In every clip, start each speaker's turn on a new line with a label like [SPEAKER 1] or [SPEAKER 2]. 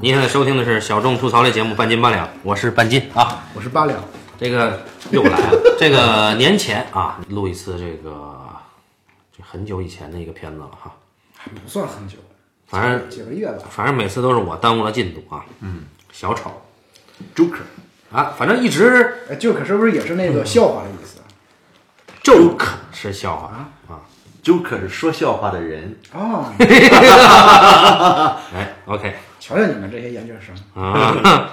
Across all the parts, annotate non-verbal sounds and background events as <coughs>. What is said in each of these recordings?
[SPEAKER 1] 您现在收听的是小众吐槽类节目《半斤八两》，我是半斤啊。
[SPEAKER 2] 我是八两，哎
[SPEAKER 1] 这个又来了，这个年前啊录一次这个，这很久以前的一个片子了哈。
[SPEAKER 2] 不算很久，
[SPEAKER 1] 反正
[SPEAKER 2] 几个月吧。
[SPEAKER 1] 反正每次都是我耽误了进度啊。嗯，小丑
[SPEAKER 3] Joker
[SPEAKER 1] 啊，反正一直
[SPEAKER 2] 哎，Joker 是不是也是那个笑话的意思？啊
[SPEAKER 1] joke 是笑话啊。
[SPEAKER 3] Joker 是说笑话的人，
[SPEAKER 2] 哦，
[SPEAKER 1] 哎，OK
[SPEAKER 2] 瞧瞧你们这些研究生，
[SPEAKER 1] 啊，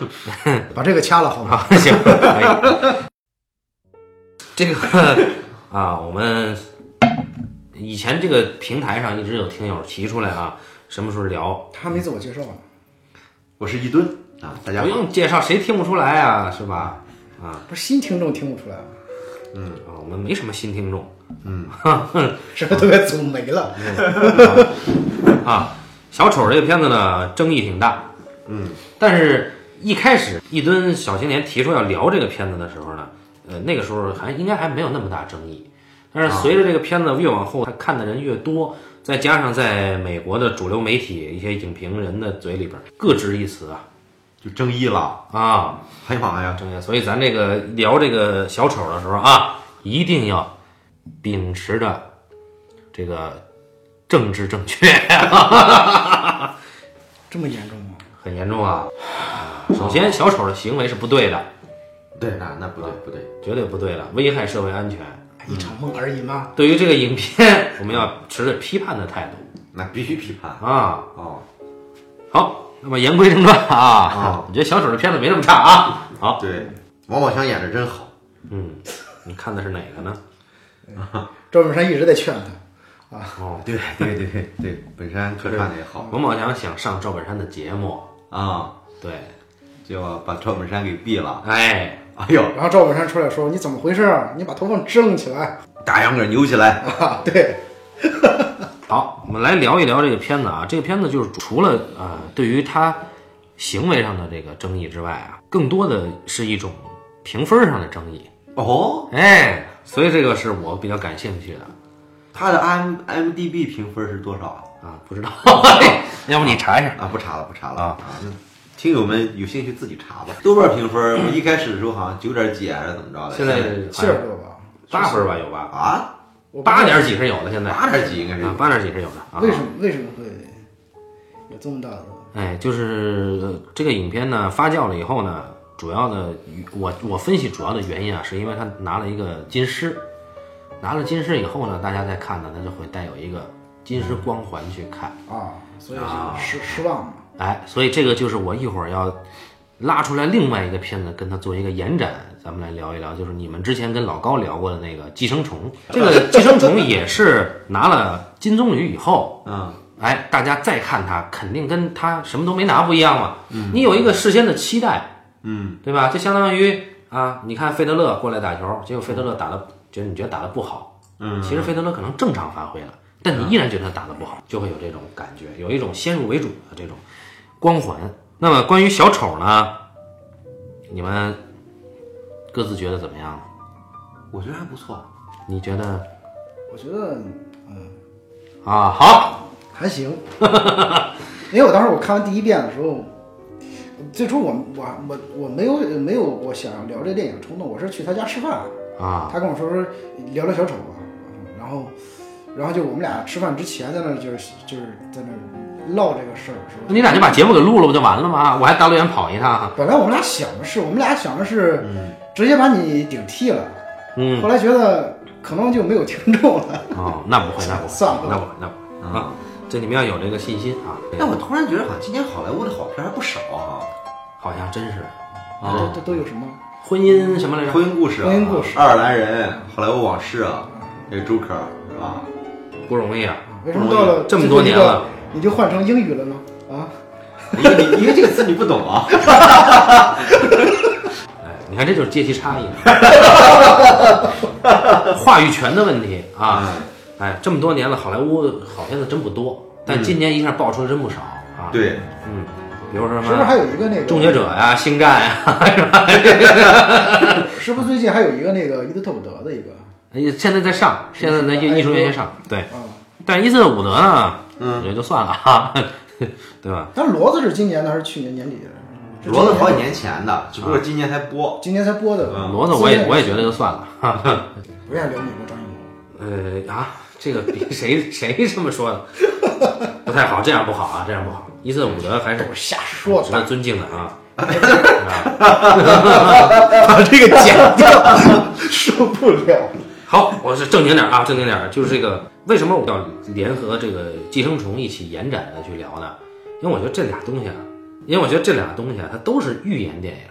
[SPEAKER 2] 把这个掐了好吗？
[SPEAKER 1] 好，行，可以。这个啊，我们以前这个平台上一直有听友提出来啊，什么时候聊？
[SPEAKER 2] 他还没自我介绍呢，
[SPEAKER 3] 我是一吨啊，大家
[SPEAKER 1] 不
[SPEAKER 3] 好。
[SPEAKER 1] 用介绍，谁听不出来啊？是吧？
[SPEAKER 2] 不是新听众听不出来吗？
[SPEAKER 1] 啊，我们没什么新听众
[SPEAKER 2] 是不是都给组没了？
[SPEAKER 1] 啊。小丑这个片子呢，争议挺大，嗯，但是一开始一吨小青年提出要聊这个片子的时候呢，呃，那个时候还应该还没有那么大争议，但是随着这个片子越往后，他看的人越多，再加上在美国的主流媒体一些影评人的嘴里边各执一词啊
[SPEAKER 3] 就争议了，
[SPEAKER 1] 啊，
[SPEAKER 3] 哎呀妈呀，
[SPEAKER 1] 争议，所以咱这个聊这个小丑的时候啊，一定要秉持着这个政治正确。
[SPEAKER 2] 这么严重吗？
[SPEAKER 1] 很严重啊！首先，小丑的行为是不对的，
[SPEAKER 3] 对，那那不对不对，
[SPEAKER 1] 绝对不对的，危害社会安全。
[SPEAKER 2] 一场梦而已嘛。
[SPEAKER 1] 对于这个影片，我们要持着批判的态度
[SPEAKER 3] 那必须批判
[SPEAKER 1] 啊。
[SPEAKER 3] 哦。
[SPEAKER 1] 好，那么言归正传啊
[SPEAKER 3] 啊，
[SPEAKER 1] 我觉得小丑的片子没那么差啊。好，
[SPEAKER 3] 对，王宝强演的真好，
[SPEAKER 1] 嗯，你看的是哪个呢？
[SPEAKER 2] 赵本山一直在劝他，
[SPEAKER 1] 哦，
[SPEAKER 3] 对对对对，本山客串的也好
[SPEAKER 1] 王宝强想上赵本山的节目，
[SPEAKER 3] 啊，
[SPEAKER 1] 对，
[SPEAKER 3] 结果把赵本山给毙了。
[SPEAKER 1] 哎，
[SPEAKER 3] 哎呦，
[SPEAKER 2] 然后赵本山出来说：“你怎么回事儿？你把头发正起来
[SPEAKER 3] 大秧歌扭起来，
[SPEAKER 2] 啊！”对，
[SPEAKER 1] 好，我们来聊一聊这个片子啊。这个片子就是除了呃对于他行为上的这个争议之外啊，更多的是一种评分上的争议。
[SPEAKER 3] 哦，
[SPEAKER 1] 哎，所以这个是我比较感兴趣的 <laughs>
[SPEAKER 3] 他的 M M D B 评分是多少啊？
[SPEAKER 1] 啊，不知道，要不你查一下。
[SPEAKER 3] 啊，不查了不查了
[SPEAKER 1] 啊
[SPEAKER 3] 啊。那听友们有兴趣自己查吧。豆瓣评分，我一开始的时候好像九点几还呃是怎么着的，
[SPEAKER 1] 现在
[SPEAKER 2] 七十多吧。
[SPEAKER 1] 哎八分吧，有吧？
[SPEAKER 3] 啊
[SPEAKER 2] 我不知道
[SPEAKER 1] 八点几是有的，现在
[SPEAKER 3] 八点几应该是
[SPEAKER 1] 啊，八点几是有的啊。
[SPEAKER 2] 为什么为什么会有这么大的？
[SPEAKER 1] 哎，就是呃这个影片呢发酵了以后呢，主要的我我分析主要的原因啊，是因为他拿了一个金狮，拿了金狮以后呢，大家再看呢，他就会带有一个金狮光环去看。
[SPEAKER 2] 啊，所以是失失望嘛。
[SPEAKER 1] 哎，所以这个就是我一会儿要拉出来另外一个片子，跟它做一个延展，咱们来聊一聊，就是你们之前跟老高聊过的那个《寄生虫》。这个《寄生虫》也是拿了金棕榈以 <laughs> 后，
[SPEAKER 3] 嗯，
[SPEAKER 1] 哎，大家再看它，肯定跟它什么都没拿不一样嘛。嗯，你有一个事先的期待，嗯，对吧？就相当于啊，你看费德勒过来打球，结果费德勒打的，就是你觉得打的不好，嗯，其实费德勒可能正常发挥了。但你依然觉得他打的不好，就会有这种感觉，有一种先入为主的这种光环。那么关于小丑呢，你们各自觉得怎么样？
[SPEAKER 3] 我觉得还不错。
[SPEAKER 1] 你觉得
[SPEAKER 2] 我觉得
[SPEAKER 1] 啊？好，
[SPEAKER 2] 还行，因为我当时我看完第一遍的时候，最初我我我我没有没有我想聊这电影冲动，我是去他家吃饭，
[SPEAKER 1] 啊，
[SPEAKER 2] 他跟我说说聊聊小丑吧，然后然后就我们俩吃饭之前在那儿就是就是在那儿唠这个事儿的时候，
[SPEAKER 1] 那你俩就把节目给录了不就完了吗？我还大老远跑一趟，啊
[SPEAKER 2] 本来我们俩想的是我们俩想的是直接把你顶替了，
[SPEAKER 1] 嗯，
[SPEAKER 2] 后来觉得可能就没有听众了，
[SPEAKER 1] 哦，那不会， <laughs> 那不会，
[SPEAKER 2] 算了
[SPEAKER 1] 那不会，那不会啊！这你们要有这个信心啊！
[SPEAKER 3] 但我突然觉得，好像今年好莱坞的好片还不少啊。
[SPEAKER 1] 好像真是
[SPEAKER 2] 这
[SPEAKER 1] 啊
[SPEAKER 2] 这都有什么？
[SPEAKER 1] 婚姻什么来着？
[SPEAKER 3] 婚姻故事啊，
[SPEAKER 2] 婚姻故事
[SPEAKER 3] 爱尔兰人，好莱坞往事啊，这个 Joker 是吧？
[SPEAKER 1] 不容易啊！
[SPEAKER 3] 嗯
[SPEAKER 2] 为什么到了
[SPEAKER 1] 这么多年了，
[SPEAKER 2] 你就换成英语了呢？啊？
[SPEAKER 3] 因为你因为这个词你不懂啊。
[SPEAKER 1] 哎，你看这就是阶级差
[SPEAKER 3] <laughs>
[SPEAKER 1] 异，话语权的问题啊！
[SPEAKER 3] 嗯
[SPEAKER 1] 哎，这么多年了，好莱坞好片子真不多，但今年一下爆出来真不少啊！，
[SPEAKER 3] 嗯对，
[SPEAKER 1] 嗯，比如说什
[SPEAKER 2] 是不是还
[SPEAKER 1] 么
[SPEAKER 2] 有一个那个
[SPEAKER 1] 终结者呀、星战呀、 <laughs>
[SPEAKER 2] 是不是最近还有一个那个伊德特伍德的一个
[SPEAKER 1] 哎现在在嗯上，现在在艺艺术院线上，对。
[SPEAKER 2] 啊？
[SPEAKER 1] 但是伊斯特伍德呢，
[SPEAKER 3] 嗯
[SPEAKER 1] 也就算了哈， <laughs> 对吧？
[SPEAKER 2] 但是骡子是今年的还是去年年底的？是今
[SPEAKER 3] 骡子好几
[SPEAKER 2] 年的，
[SPEAKER 3] 年前的，只不过今年才播。
[SPEAKER 2] 今年才播的。
[SPEAKER 3] 嗯
[SPEAKER 1] 骡子我也
[SPEAKER 2] 现在
[SPEAKER 1] 我也觉得就算 <laughs> 了。
[SPEAKER 2] 不愿意聊美国张艺谋，
[SPEAKER 1] 呃啊，这个比 <laughs> 谁谁这么说的， <laughs> 不太好，这样不好啊，这样不好。伊瑟伍德还是
[SPEAKER 2] 都是瞎说
[SPEAKER 1] 值
[SPEAKER 2] 的。
[SPEAKER 1] 得尊敬的 <laughs> 啊。 <laughs>
[SPEAKER 2] 把这个剪
[SPEAKER 1] 啊
[SPEAKER 2] 掉， <laughs> 受不了。
[SPEAKER 1] 好，我是正经点儿啊，正经点儿，就是这个为什么我要联合这个寄生虫一起延展的去聊呢？因为我觉得这俩东西啊，因为我觉得这俩东西啊，它都是寓言电影，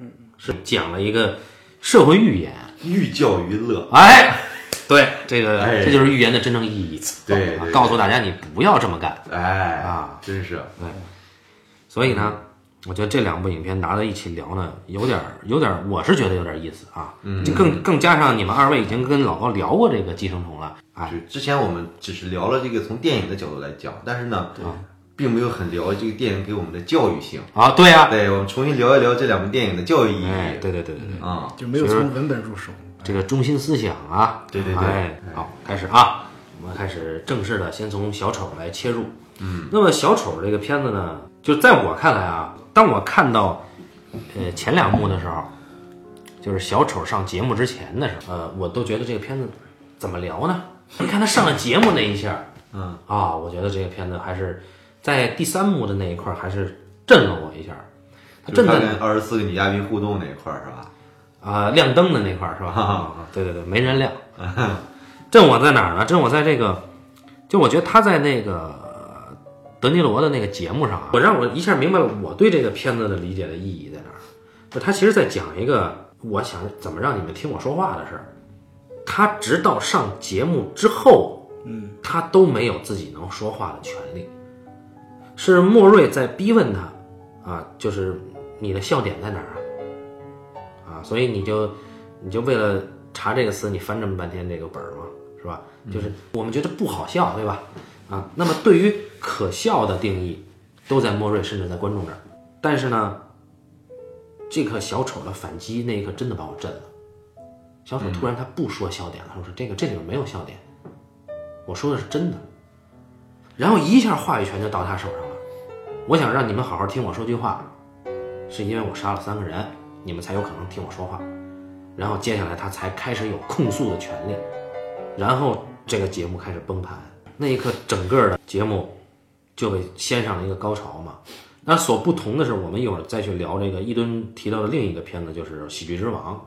[SPEAKER 1] 嗯，是讲了一个社会寓言。
[SPEAKER 3] 寓教于乐，
[SPEAKER 1] 哎，对，这个、
[SPEAKER 3] 哎
[SPEAKER 1] 这就是寓言的真正意义，
[SPEAKER 3] 对
[SPEAKER 1] 啊
[SPEAKER 3] 对
[SPEAKER 1] 告诉大家你不要这么干。
[SPEAKER 3] 哎
[SPEAKER 1] 啊，
[SPEAKER 3] 真是
[SPEAKER 1] 所以呢，我觉得这两部影片拿在一起聊呢，有点儿有点儿，我是觉得有点意思啊。嗯，就更更加上你们二位已经跟老高聊过这个寄生虫了，哎，
[SPEAKER 3] 就之前我们只是聊了这个从电影的角度来讲，但是呢，并没有很聊这个电影给我们的教育性。
[SPEAKER 1] 啊，对呀、
[SPEAKER 3] 对，我们重新聊一聊这两部电影的教育意
[SPEAKER 1] 哎，
[SPEAKER 3] 义。
[SPEAKER 1] 对对对对对，
[SPEAKER 3] 啊，
[SPEAKER 2] 就没有从文本入手。
[SPEAKER 1] 这个中心思想啊，
[SPEAKER 3] 对对对嗯
[SPEAKER 1] 哎，好，开始啊，我们开始正式的，先从小丑来切入。嗯，那么小丑这个片子呢，就在我看来啊，当我看到呃前两幕的时候，就是小丑上节目之前的时候，呃，我都觉得这个片子怎么聊呢？你看他上了节目那一下，
[SPEAKER 3] 嗯
[SPEAKER 1] 啊，我觉得这个片子还是在第三幕的那一块儿还是震了我一下，他
[SPEAKER 3] 就
[SPEAKER 1] 震
[SPEAKER 3] 是他
[SPEAKER 1] 的
[SPEAKER 3] 跟二十四个女嘉宾互动那一块儿是吧？
[SPEAKER 1] 啊、亮灯的那块儿是吧？ <laughs> 对对对，没人亮。正我在哪儿呢？正我在这个，就我觉得他在那个呃德尼罗的那个节目上啊，我让我一下明白了我对这个片子的理解的意义在哪儿。就他其实在讲一个我想怎么让你们听我说话的事儿。他直到上节目之后，嗯，他都没有自己能说话的权利，是莫瑞在逼问他，啊，就是你的笑点在哪儿啊？啊，所以你就你就为了查这个词，你翻这么半天这个本儿嘛，是吧？就是我们觉得不好笑，对吧？啊，那么对于可笑的定义，都在莫瑞甚至在观众这儿，但是呢，这颗小丑的反击那一刻真的把我震了。小丑突然他不说笑点了，他说这个这里面没有笑点，我说的是真的。然后一下话语权就到他手上了。我想让你们好好听我说句话，是因为我杀了三个人，你们才有可能听我说话。然后接下来他才开始有控诉的权利，然后这个节目开始崩盘。那一刻，整个的节目就被掀上了一个高潮嘛。那所不同的是，我们一会儿再去聊这个伊敦提到的另一个片子，就是《喜剧之王》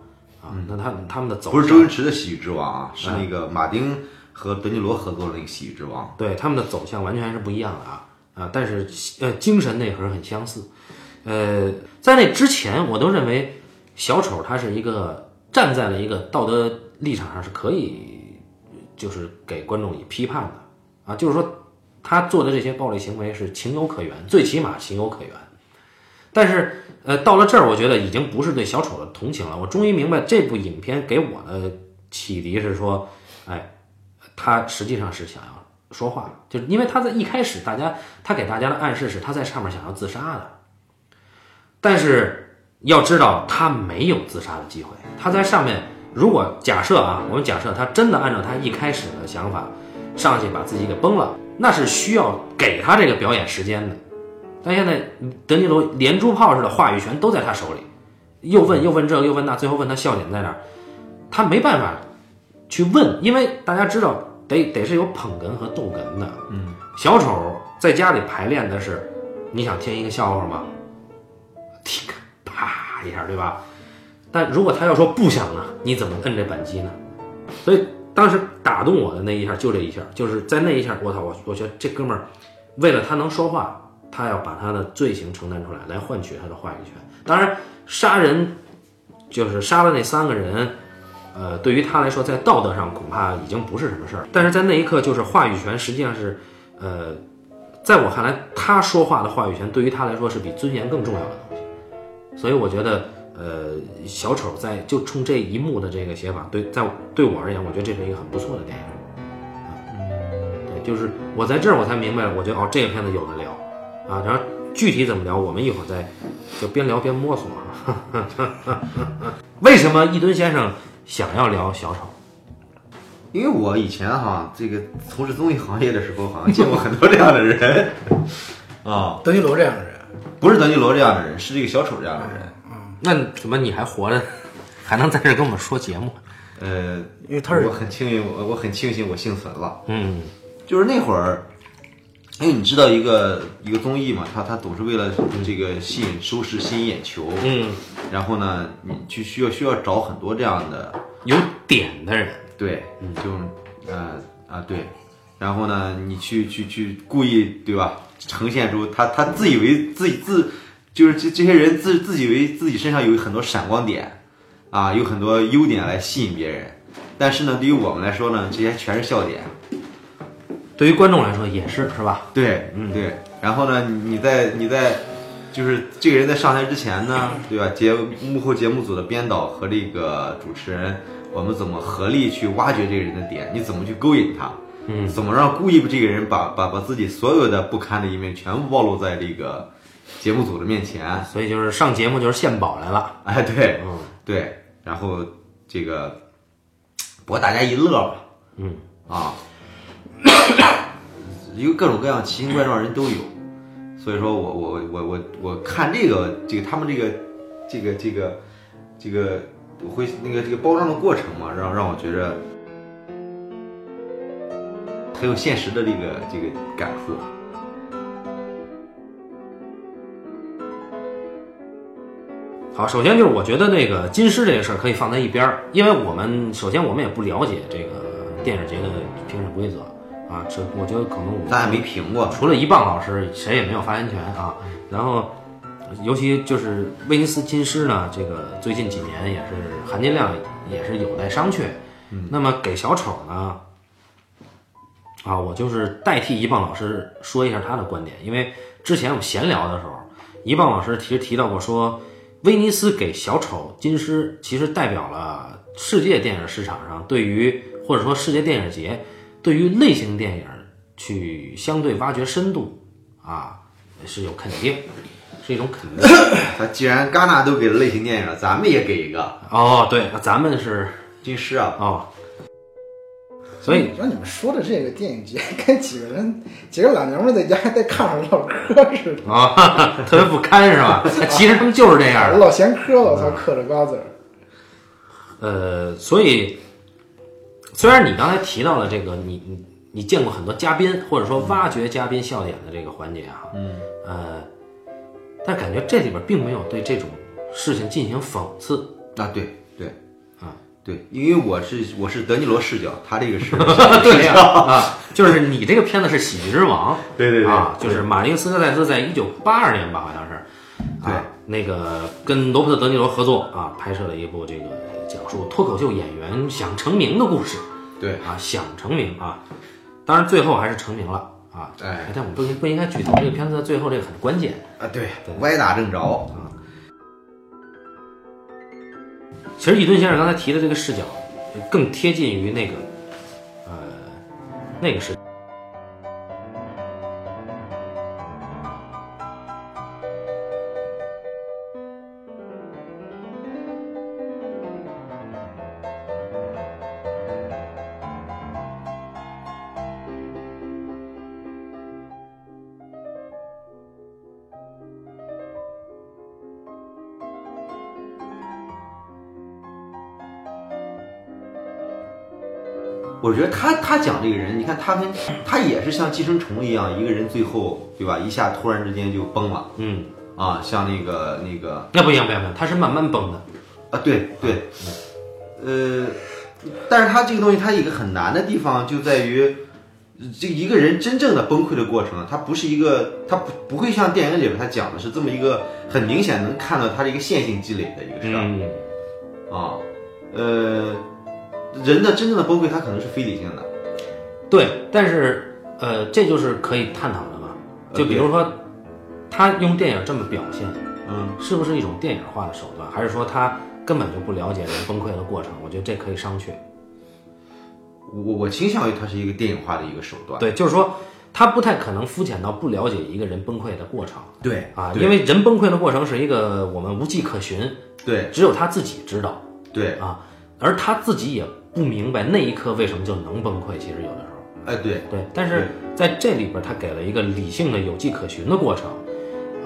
[SPEAKER 1] 啊。那他他们的走
[SPEAKER 3] 不是周
[SPEAKER 1] 向
[SPEAKER 3] 星驰的《喜剧之王》啊，是那个马丁和德尼罗合作的那个《喜剧之王
[SPEAKER 1] 对他们的走向完全是不一样的啊啊！但是呃，精神内核很相似。呃，在那之前，我都认为小丑他是一个站在了一个道德立场上是可以，就是给观众以批判的啊，就是说他做的这些暴力行为是情有可原，最起码情有可原。但是呃，到了这儿，我觉得已经不是对小丑的同情了。我终于明白这部影片给我的启迪是说，哎，他实际上是想要说话，就是因为他在一开始大家他给大家的暗示是他在上面想要自杀的，但是要知道他没有自杀的机会，他在上面如果假设啊，我们假设他真的按照他一开始的想法上去把自己给崩了，那是需要给他这个表演时间的。但现在德尼罗连珠炮似的话语权都在他手里，又问又问这个又问那，最后问他笑点在哪儿，他没办法去问，因为大家知道得得是有捧哏和逗哏的。嗯，小丑在家里排练的是，你想听一个笑话吗？听，啪一下，对吧？但如果他要说不想呢，你怎么摁这扳机呢？所以当时打动我的那一下就这一下，就是在那一下，我操，我我觉得这哥们儿为了他能说话，他要把他的罪行承担出来，来换取他的话语权。当然，杀人就是杀了那三个人，呃，对于他来说，在道德上恐怕已经不是什么事儿。但是在那一刻，就是话语权实际上是，呃，在我看来，他说话的话语权对于他来说是比尊严更重要的东西。所以我觉得，呃，小丑在就冲这一幕的这个写法，对，在对我而言，我觉得这是一个很不错的电影。啊，对，就是我在这儿我才明白了，我觉得哦，这个片子有的聊啊。然后具体怎么聊，我们一会儿再就边聊边摸索啊。为什么一吨先生想要聊小丑？》。
[SPEAKER 3] 因
[SPEAKER 1] <laughs>
[SPEAKER 3] 为我以前哈，这个从事综艺行业的时候，好像见过很多这样的人，啊，
[SPEAKER 4] 德尼罗这样的人，
[SPEAKER 3] 不是德尼罗这样的人，是这个小丑这样的人。
[SPEAKER 1] 那怎么你还活着， <laughs> 还能在这儿跟我们说节目？
[SPEAKER 3] 呃，
[SPEAKER 4] 因为他是
[SPEAKER 3] 我很庆幸，我我很庆幸我幸存了。
[SPEAKER 1] 嗯，
[SPEAKER 3] 就是那会儿，因为你知道一个一个综艺嘛，他他总是为了这个吸引收视、吸引眼球，
[SPEAKER 1] 嗯，
[SPEAKER 3] 然后呢，你就需要需要找很多这样的，
[SPEAKER 1] 有点的人，
[SPEAKER 3] 对，就呃啊对，然后呢，你去去去故意对吧，呈现出他他自以为自己自就是这这些人自自以为自己身上有很多闪光点，啊，有很多优点来吸引别人，但是呢，对于我们来说呢，这些全是笑点。
[SPEAKER 1] 对于观众来说也是，是吧？
[SPEAKER 3] 对，嗯对。然后呢，你你在你在，就是这个人在上台之前呢，对吧？节幕后节目组的编导和这个主持人，我们怎么合力去挖掘这个人的点？你怎么去勾引他？嗯，怎么让故意这个人把把把自己所有的不堪的一面全部暴露在这个节目组的面前？
[SPEAKER 1] 所以就是上节目就是献宝来了。
[SPEAKER 3] 哎，对，
[SPEAKER 1] 嗯
[SPEAKER 3] 对。然后这个博大家一乐吧，
[SPEAKER 1] 嗯
[SPEAKER 3] 啊，因为各种各样奇形怪状的人都有，所以说我我我我我看这个这个他们这个这个这个这个我会那个这个包装的过程嘛，让让我觉着很有现实的这个这个感触。
[SPEAKER 1] 好，首先就是我觉得那个金狮这个事儿可以放在一边儿，因为我们首先我们也不了解这个电影节的评审规则啊，这我觉得可能我们
[SPEAKER 3] 咱也没评过，
[SPEAKER 1] 除了一棒老师，谁也没有发言权啊。然后，尤其就是威尼斯金狮呢，这个最近几年也是含金量也是有待商榷。那么给小丑呢，啊，我就是代替一棒老师说一下他的观点，因为之前我们闲聊的时候，一棒老师其实提到过说，威尼斯给小丑金狮其实代表了世界电影市场上对于或者说世界电影节对于类型电影去相对挖掘深度啊是有肯定，是一种肯定。
[SPEAKER 3] 他既然戛纳都给了类型电影了，咱们也给一个
[SPEAKER 1] 哦，对，咱们是
[SPEAKER 3] 军师啊。
[SPEAKER 1] 哦，所以
[SPEAKER 2] 你说你们说的这个电影节，跟几个人几个老娘们在家在炕上唠嗑似的，
[SPEAKER 1] 啊、哈哈，特别不堪是吧？其实他们就是这样的。
[SPEAKER 2] 老闲嗑，我操，嗑着瓜子儿。
[SPEAKER 1] 呃，所以虽然你刚才提到了这个，你你你见过很多嘉宾，或者说挖掘嘉宾笑点的这个环节啊，嗯，呃，但感觉这里边并没有对这种事情进行讽
[SPEAKER 3] <laughs>
[SPEAKER 1] 刺，
[SPEAKER 3] 啊，对对，
[SPEAKER 1] 啊
[SPEAKER 3] 对，因为我是我是德尼罗视角，他这个是 <laughs>
[SPEAKER 1] 对呀、啊，就是你这个片子是《喜剧之王》，
[SPEAKER 3] <laughs> 对对对
[SPEAKER 1] 啊，就是马丁斯科塞斯在一九八二年吧，好像是，啊，那个跟罗伯特德尼罗合作啊，拍摄了一部这个讲述脱口秀演员想成名的故事，
[SPEAKER 3] 对，
[SPEAKER 1] 啊，想成名啊，当然最后还是成名了啊。
[SPEAKER 3] 哎
[SPEAKER 1] 但我们不不应该剧透，这个片子的最后这个很关键。
[SPEAKER 3] 啊对，歪打正着啊，
[SPEAKER 1] 其实伊顿先生刚才提的这个视角，更贴近于那个，呃，那个视角。
[SPEAKER 3] 我觉得他他讲这个人，你看他跟他也是像寄生虫一样，一个人最后对吧，一下突然之间就崩了
[SPEAKER 1] 嗯，
[SPEAKER 3] 啊，像那个那个
[SPEAKER 1] 那不一样，不一样，不一样，它是慢慢崩的。
[SPEAKER 3] 啊，对对，呃，但是他这个东西，它有一个很难的地方就在于，这一个人真正的崩溃的过程，它不是一个，它不不会像电影里边他讲的是这么一个很明显能看到他的一个线性积累的一个事儿。
[SPEAKER 1] 嗯，
[SPEAKER 3] 啊，呃，人的真正的崩溃，它可能是非理性的。
[SPEAKER 1] 对。但是，呃，这就是可以探讨的嘛。就比如说，他用电影这么表现，
[SPEAKER 3] 嗯，
[SPEAKER 1] 是不是一种电影化的手段，还是说他根本就不了解人崩溃的过程？我觉得这可以商榷。
[SPEAKER 3] 我我倾向于它是一个电影化的一个手段。
[SPEAKER 1] 对，就是说他不太可能肤浅到不了解一个人崩溃的过程
[SPEAKER 3] 对
[SPEAKER 1] 啊，
[SPEAKER 3] 对
[SPEAKER 1] 因为人崩溃的过程是一个我们无迹可寻，
[SPEAKER 3] 对
[SPEAKER 1] 只有他自己知道
[SPEAKER 3] 对
[SPEAKER 1] 啊，而他自己也不明白那一刻为什么就能崩溃。其实有的时候，
[SPEAKER 3] 哎，对，
[SPEAKER 1] 对，但是在这里边儿他给了一个理性的、有迹可循的过程，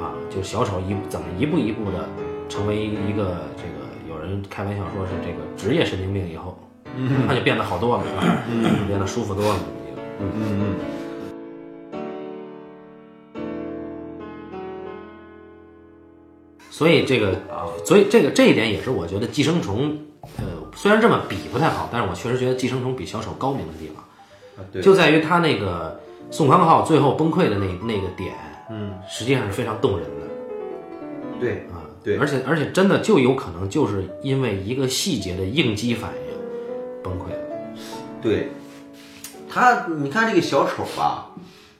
[SPEAKER 1] 啊，就小丑一怎么一步一步的成为一个这个，有人开玩笑说是这个职业神经病以后，他就变得好多了，是吧？变得舒服多了。
[SPEAKER 3] 嗯嗯
[SPEAKER 1] 所以这个呃
[SPEAKER 3] 啊，
[SPEAKER 1] 所以这个这一点也是我觉得寄生虫，呃，虽然这么比不太好，但是我确实觉得寄生虫比小丑高明的地方。
[SPEAKER 3] 啊对，
[SPEAKER 1] 就在于他那个宋康昊最后崩溃的那那个点，
[SPEAKER 3] 嗯
[SPEAKER 1] 实际上是非常动人的
[SPEAKER 3] 对
[SPEAKER 1] 啊。
[SPEAKER 3] 对
[SPEAKER 1] 而且而且真的就有可能就是因为一个细节的应激反应崩溃了。
[SPEAKER 3] 对，他你看这个小丑吧，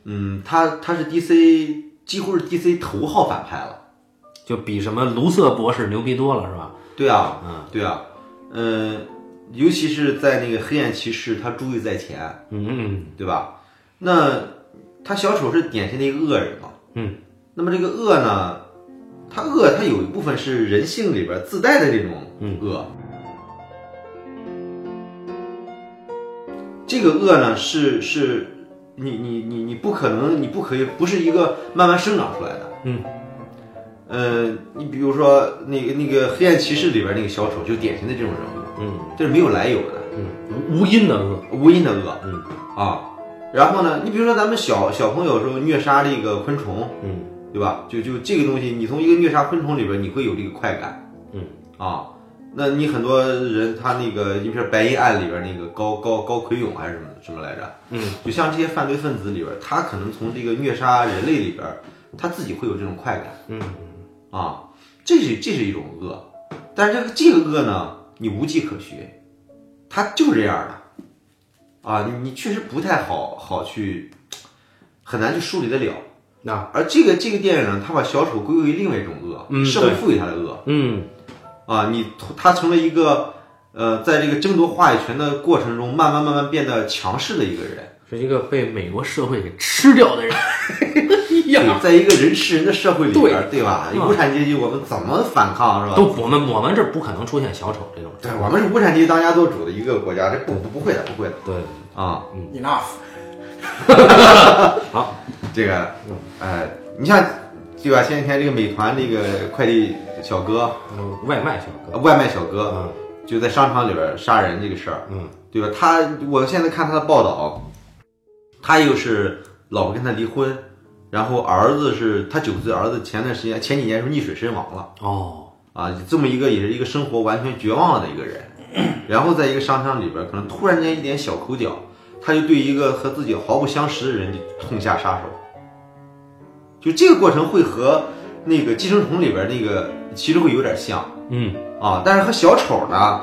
[SPEAKER 3] 嗯，他他是 DC 几乎是 DC 头号反派了。
[SPEAKER 1] 就比什么卢瑟博士牛逼多了，是吧？
[SPEAKER 3] 对啊，
[SPEAKER 1] 嗯，
[SPEAKER 3] 对啊，嗯，尤其是在那个黑暗骑士，他珠玉在前，
[SPEAKER 1] 嗯
[SPEAKER 3] 对吧？那他小丑是典型的一个恶人嘛，
[SPEAKER 1] 嗯，
[SPEAKER 3] 那么这个恶呢，他恶，他有一部分是人性里边自带的这种
[SPEAKER 1] 嗯
[SPEAKER 3] 恶，这个恶呢是是。你你你你不可能，你不可以，不是一个慢慢生长出来的，
[SPEAKER 1] 嗯
[SPEAKER 3] 呃，你比如说那个那个黑暗骑士里边那个小丑，就典型的这种人物，
[SPEAKER 1] 嗯
[SPEAKER 3] 这是没有来由的，
[SPEAKER 1] 嗯嗯，无因的恶，
[SPEAKER 3] 无因的恶
[SPEAKER 1] 嗯
[SPEAKER 3] 啊。然后呢，你比如说咱们小小朋友时候虐杀这个昆虫，
[SPEAKER 1] 嗯
[SPEAKER 3] 对吧？就就这个东西，你从一个虐杀昆虫里边，你会有这个快感
[SPEAKER 1] 嗯
[SPEAKER 3] 啊。那你很多人他那个，你比如说《白银案》里边那个高高高奎勇还是什么什么来着？
[SPEAKER 1] 嗯，
[SPEAKER 3] 就像这些犯罪分子里边，他可能从这个虐杀人类里边，他自己会有这种快感。
[SPEAKER 1] 嗯
[SPEAKER 3] 啊，这是这是一种恶，但是这个这个恶呢，你无迹可寻，它就这样的，啊，你你确实不太好好去，很难去梳理得了。
[SPEAKER 1] 那
[SPEAKER 3] 而这个这个电影呢，它把小丑归为另外一种恶，
[SPEAKER 1] 嗯
[SPEAKER 3] 社会
[SPEAKER 1] 对
[SPEAKER 3] 赋予他的恶
[SPEAKER 1] 嗯
[SPEAKER 3] 啊，你他成了一个呃，在这个争夺话语权的过程中，慢慢慢慢变得强势的一个人。
[SPEAKER 1] 是一个被美国社会给吃掉的人。哎呀
[SPEAKER 3] 对，在一个人吃人的社会里边儿，对吧？
[SPEAKER 1] 嗯
[SPEAKER 3] 无产阶级我们怎么反抗是吧？
[SPEAKER 1] 都我们我们这儿不可能出现小丑这种人。
[SPEAKER 3] 对，我们是无产阶级当家做主的一个国家，这不不不会的，不会的
[SPEAKER 1] 对，
[SPEAKER 3] 啊、
[SPEAKER 2] enough。
[SPEAKER 1] 好，
[SPEAKER 3] 这个，呃，你像对吧？前几天这个美团这个快递小哥、
[SPEAKER 1] 嗯，外卖小
[SPEAKER 3] 呃
[SPEAKER 1] 哥，
[SPEAKER 3] 外卖小哥
[SPEAKER 1] 嗯
[SPEAKER 3] 就在商场里边杀人这个事儿，
[SPEAKER 1] 嗯
[SPEAKER 3] 对吧？他，我现在看他的报道，他又是老婆跟他离婚，然后儿子是他九岁儿子前段时间前几年是溺水身亡了
[SPEAKER 1] 哦，
[SPEAKER 3] 啊，这么一个也是一个生活完全绝望了的一个人，然后在一个商场里边，可能突然间一点小口角，他就对一个和自己毫不相识的人就痛下杀手。就这个过程会和那个《寄生虫》里边那个其实会有点像
[SPEAKER 1] 嗯
[SPEAKER 3] 啊，但是和小丑呢，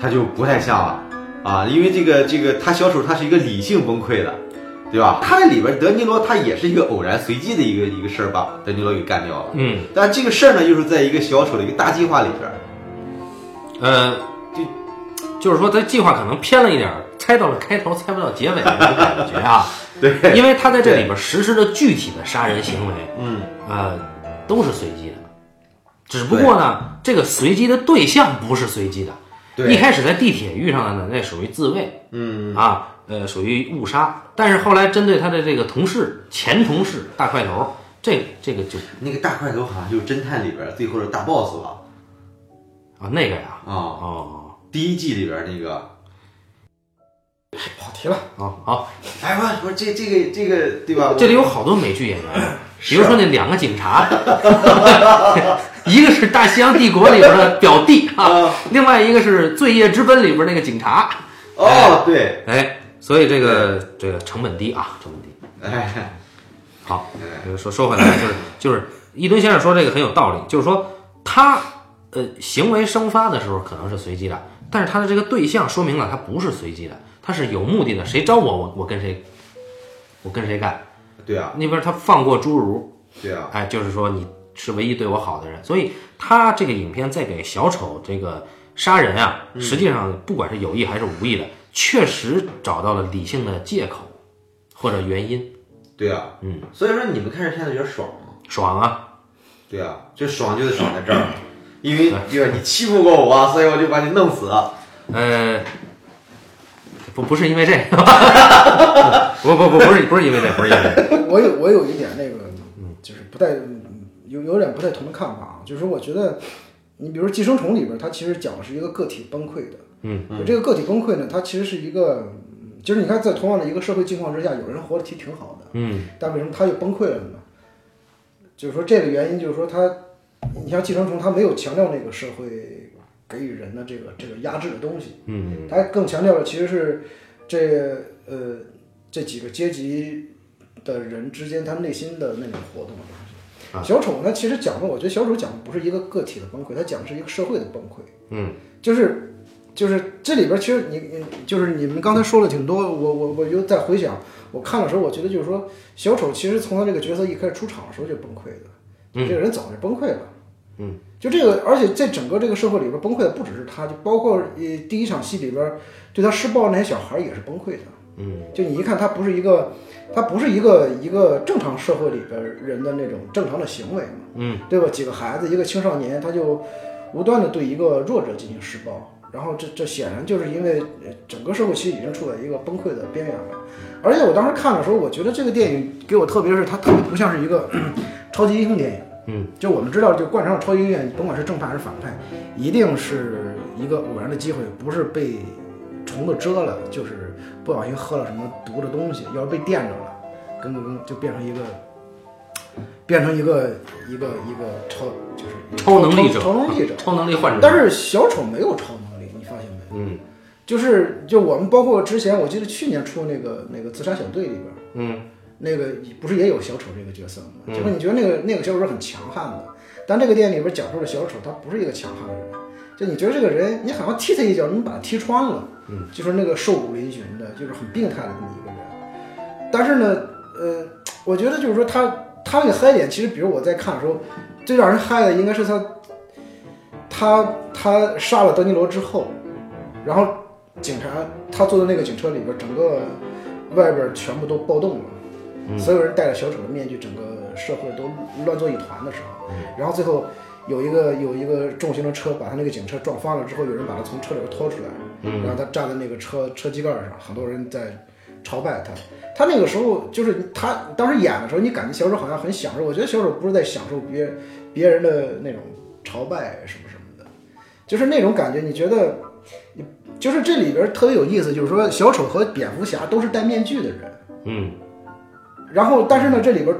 [SPEAKER 3] 他就不太像了啊，因为这个这个他小丑他是一个理性崩溃的，对吧？他在里边德尼罗他也是一个偶然随机的一个一个事儿把德尼罗给干掉了，
[SPEAKER 1] 嗯，
[SPEAKER 3] 但这个事儿呢，又是在一个小丑的一个大计划里边儿。
[SPEAKER 1] 呃，就就是说他计划可能偏了一点儿，猜到了开头，猜不到结尾的那种感觉 <laughs> 啊。
[SPEAKER 3] 对，
[SPEAKER 1] 因为他在这里边实施的具体的杀人行为，
[SPEAKER 3] 嗯，
[SPEAKER 1] 呃，都是随机的，只不过呢，这个随机的对象不是随机的。
[SPEAKER 3] 对
[SPEAKER 1] 一开始在地铁遇上的呢，那属于自卫，嗯啊，呃，属于误杀。但是后来针对他的这个同事、前同事大块头，这个、这个就
[SPEAKER 3] 那个大块头好像就是侦探里边儿最后的大 boss 吧？
[SPEAKER 1] 啊那个呀，
[SPEAKER 3] 啊、
[SPEAKER 1] 哦
[SPEAKER 3] 第一季里边儿那个
[SPEAKER 2] 跑题了，
[SPEAKER 1] 哦好，
[SPEAKER 3] 哎，我我这这个这个对吧？
[SPEAKER 1] 这里有好多美剧演员，比
[SPEAKER 3] 是啊
[SPEAKER 1] 如说那两个警察， <laughs> 一个是《大西洋帝国》里边的表弟啊
[SPEAKER 3] 啊，
[SPEAKER 1] 另外一个是《罪业之奔》里边那个警察。
[SPEAKER 3] 哦，对，
[SPEAKER 1] 哎，所以这个这个成本低啊，成本低。
[SPEAKER 3] 哎，
[SPEAKER 1] 好，呃说说回来就是就是伊顿先生说这个很有道理，就是说他呃行为生发的时候可能是随机的，但是他的这个对象说明了他不是随机的，他是有目的的，谁招我我我跟谁我跟谁干。
[SPEAKER 3] 对啊，
[SPEAKER 1] 那边他放过侏儒，
[SPEAKER 3] 对啊，
[SPEAKER 1] 哎，就是说你是唯一对我好的人，所以他这个影片在给小丑这个杀人啊，实际上不管是有意还是无意的，确实找到了理性的借口或者原因，
[SPEAKER 3] 对啊，
[SPEAKER 1] 嗯，
[SPEAKER 3] 所以说你们看这片子有点爽吗？
[SPEAKER 1] 爽啊，
[SPEAKER 3] 对啊，这爽就是爽在这儿，因为对吧？你欺负过我，所以我就把你弄死。
[SPEAKER 1] 呃，不不是因为这个，不不不不是不是因为这，不是因为这，
[SPEAKER 2] <laughs> 我有我有一点那个，就是不太有有点不太同的看法啊，就是我觉得，你比如《寄生虫》里边，它其实讲的是一个个体崩溃的，
[SPEAKER 1] 嗯，
[SPEAKER 2] 这个个体崩溃呢，它其实是一个，嗯就是你看在同样的一个社会境况之下，有人活得其实挺好的，
[SPEAKER 1] 嗯，
[SPEAKER 2] 但为什么他就崩溃了呢？就是说这个原因，就是说他，你像《寄生虫》，它没有强调那个社会给予人的这个这个压制的东西，
[SPEAKER 1] 嗯，
[SPEAKER 2] 它更强调的其实是这呃这几个阶级的人之间他内心的那种活动的东西。
[SPEAKER 1] 啊
[SPEAKER 2] 小丑呢，其实讲的，我觉得小丑讲的不是一个个体的崩溃，他讲的是一个社会的崩溃。
[SPEAKER 1] 嗯，
[SPEAKER 2] 就是就是这里边其实你你就是你们刚才说了挺多，我我我又在回想，我看的时候，我觉得就是说小丑其实从他这个角色一开始出场的时候就崩溃的，
[SPEAKER 1] 嗯
[SPEAKER 2] 这个人早就崩溃了。
[SPEAKER 1] 嗯，
[SPEAKER 2] 就这个，而且在整个这个社会里边崩溃的不只是他，就包括呃第一场戏里边对他施暴那些小孩也是崩溃的。
[SPEAKER 1] 嗯，
[SPEAKER 2] 就你一看他不是一个，他不是一个一个正常社会里边人的那种正常的行为嘛。
[SPEAKER 1] 嗯，
[SPEAKER 2] 对吧？几个孩子，一个青少年，他就无端的对一个弱者进行施暴，然后这这显然就是因为呃整个社会其实已经处在一个崩溃的边缘了。而且我当时看的时候，我觉得这个电影给我特别是它特别不像是一个 <clears throat> 超级英雄电影。
[SPEAKER 1] 嗯，
[SPEAKER 2] 就我们知道，就惯常的超级英雄电影，甭管是正派还是反派，一定是一个偶然的机会，不是被虫子蛰了，就是不小心喝了什么毒的东西，要是被电着了，跟跟就变成一个。变成一个一个一个超就是
[SPEAKER 1] 超能力者
[SPEAKER 2] 超能力者，
[SPEAKER 1] 超能力患者，
[SPEAKER 2] 但是小丑没有超能力，你发现没有？
[SPEAKER 1] 嗯
[SPEAKER 2] 就是就我们包括之前，我记得去年出那个那个自杀小队里边，
[SPEAKER 1] 嗯
[SPEAKER 2] 那个不是也有小丑这个角色吗？就是你觉得那个那个小丑是很强悍的，但这个电影里边讲述的小丑他不是一个强悍的人，就你觉得这个人你好像踢他一脚，你把他踢穿了，
[SPEAKER 1] 嗯，
[SPEAKER 2] 就是那个瘦骨嶙峋的，就是很病态的那么一个人。但是呢，呃，我觉得就是说他他那个嗨点，其实比如我在看的时候，最让人嗨的应该是他他他杀了德尼罗之后，然后警察他坐的那个警车里边，整个外边全部都暴动了。所有人戴着小丑的面具，整个社会都乱作一团的时候，然后最后有一个有一个重型的车把他那个警车撞翻了之后，有人把他从车里边拖出来，然后他站在那个车车机盖上，很多人在朝拜他。他那个时候就是他当时演的时候，你感觉小丑好像很享受，我觉得小丑不是在享受别别人的那种朝拜什么什么的，就是那种感觉，你觉得。你就是这里边特别有意思，就是说小丑和蝙蝠侠都是戴面具的人，
[SPEAKER 1] 嗯
[SPEAKER 2] 然后，但是呢，这里边儿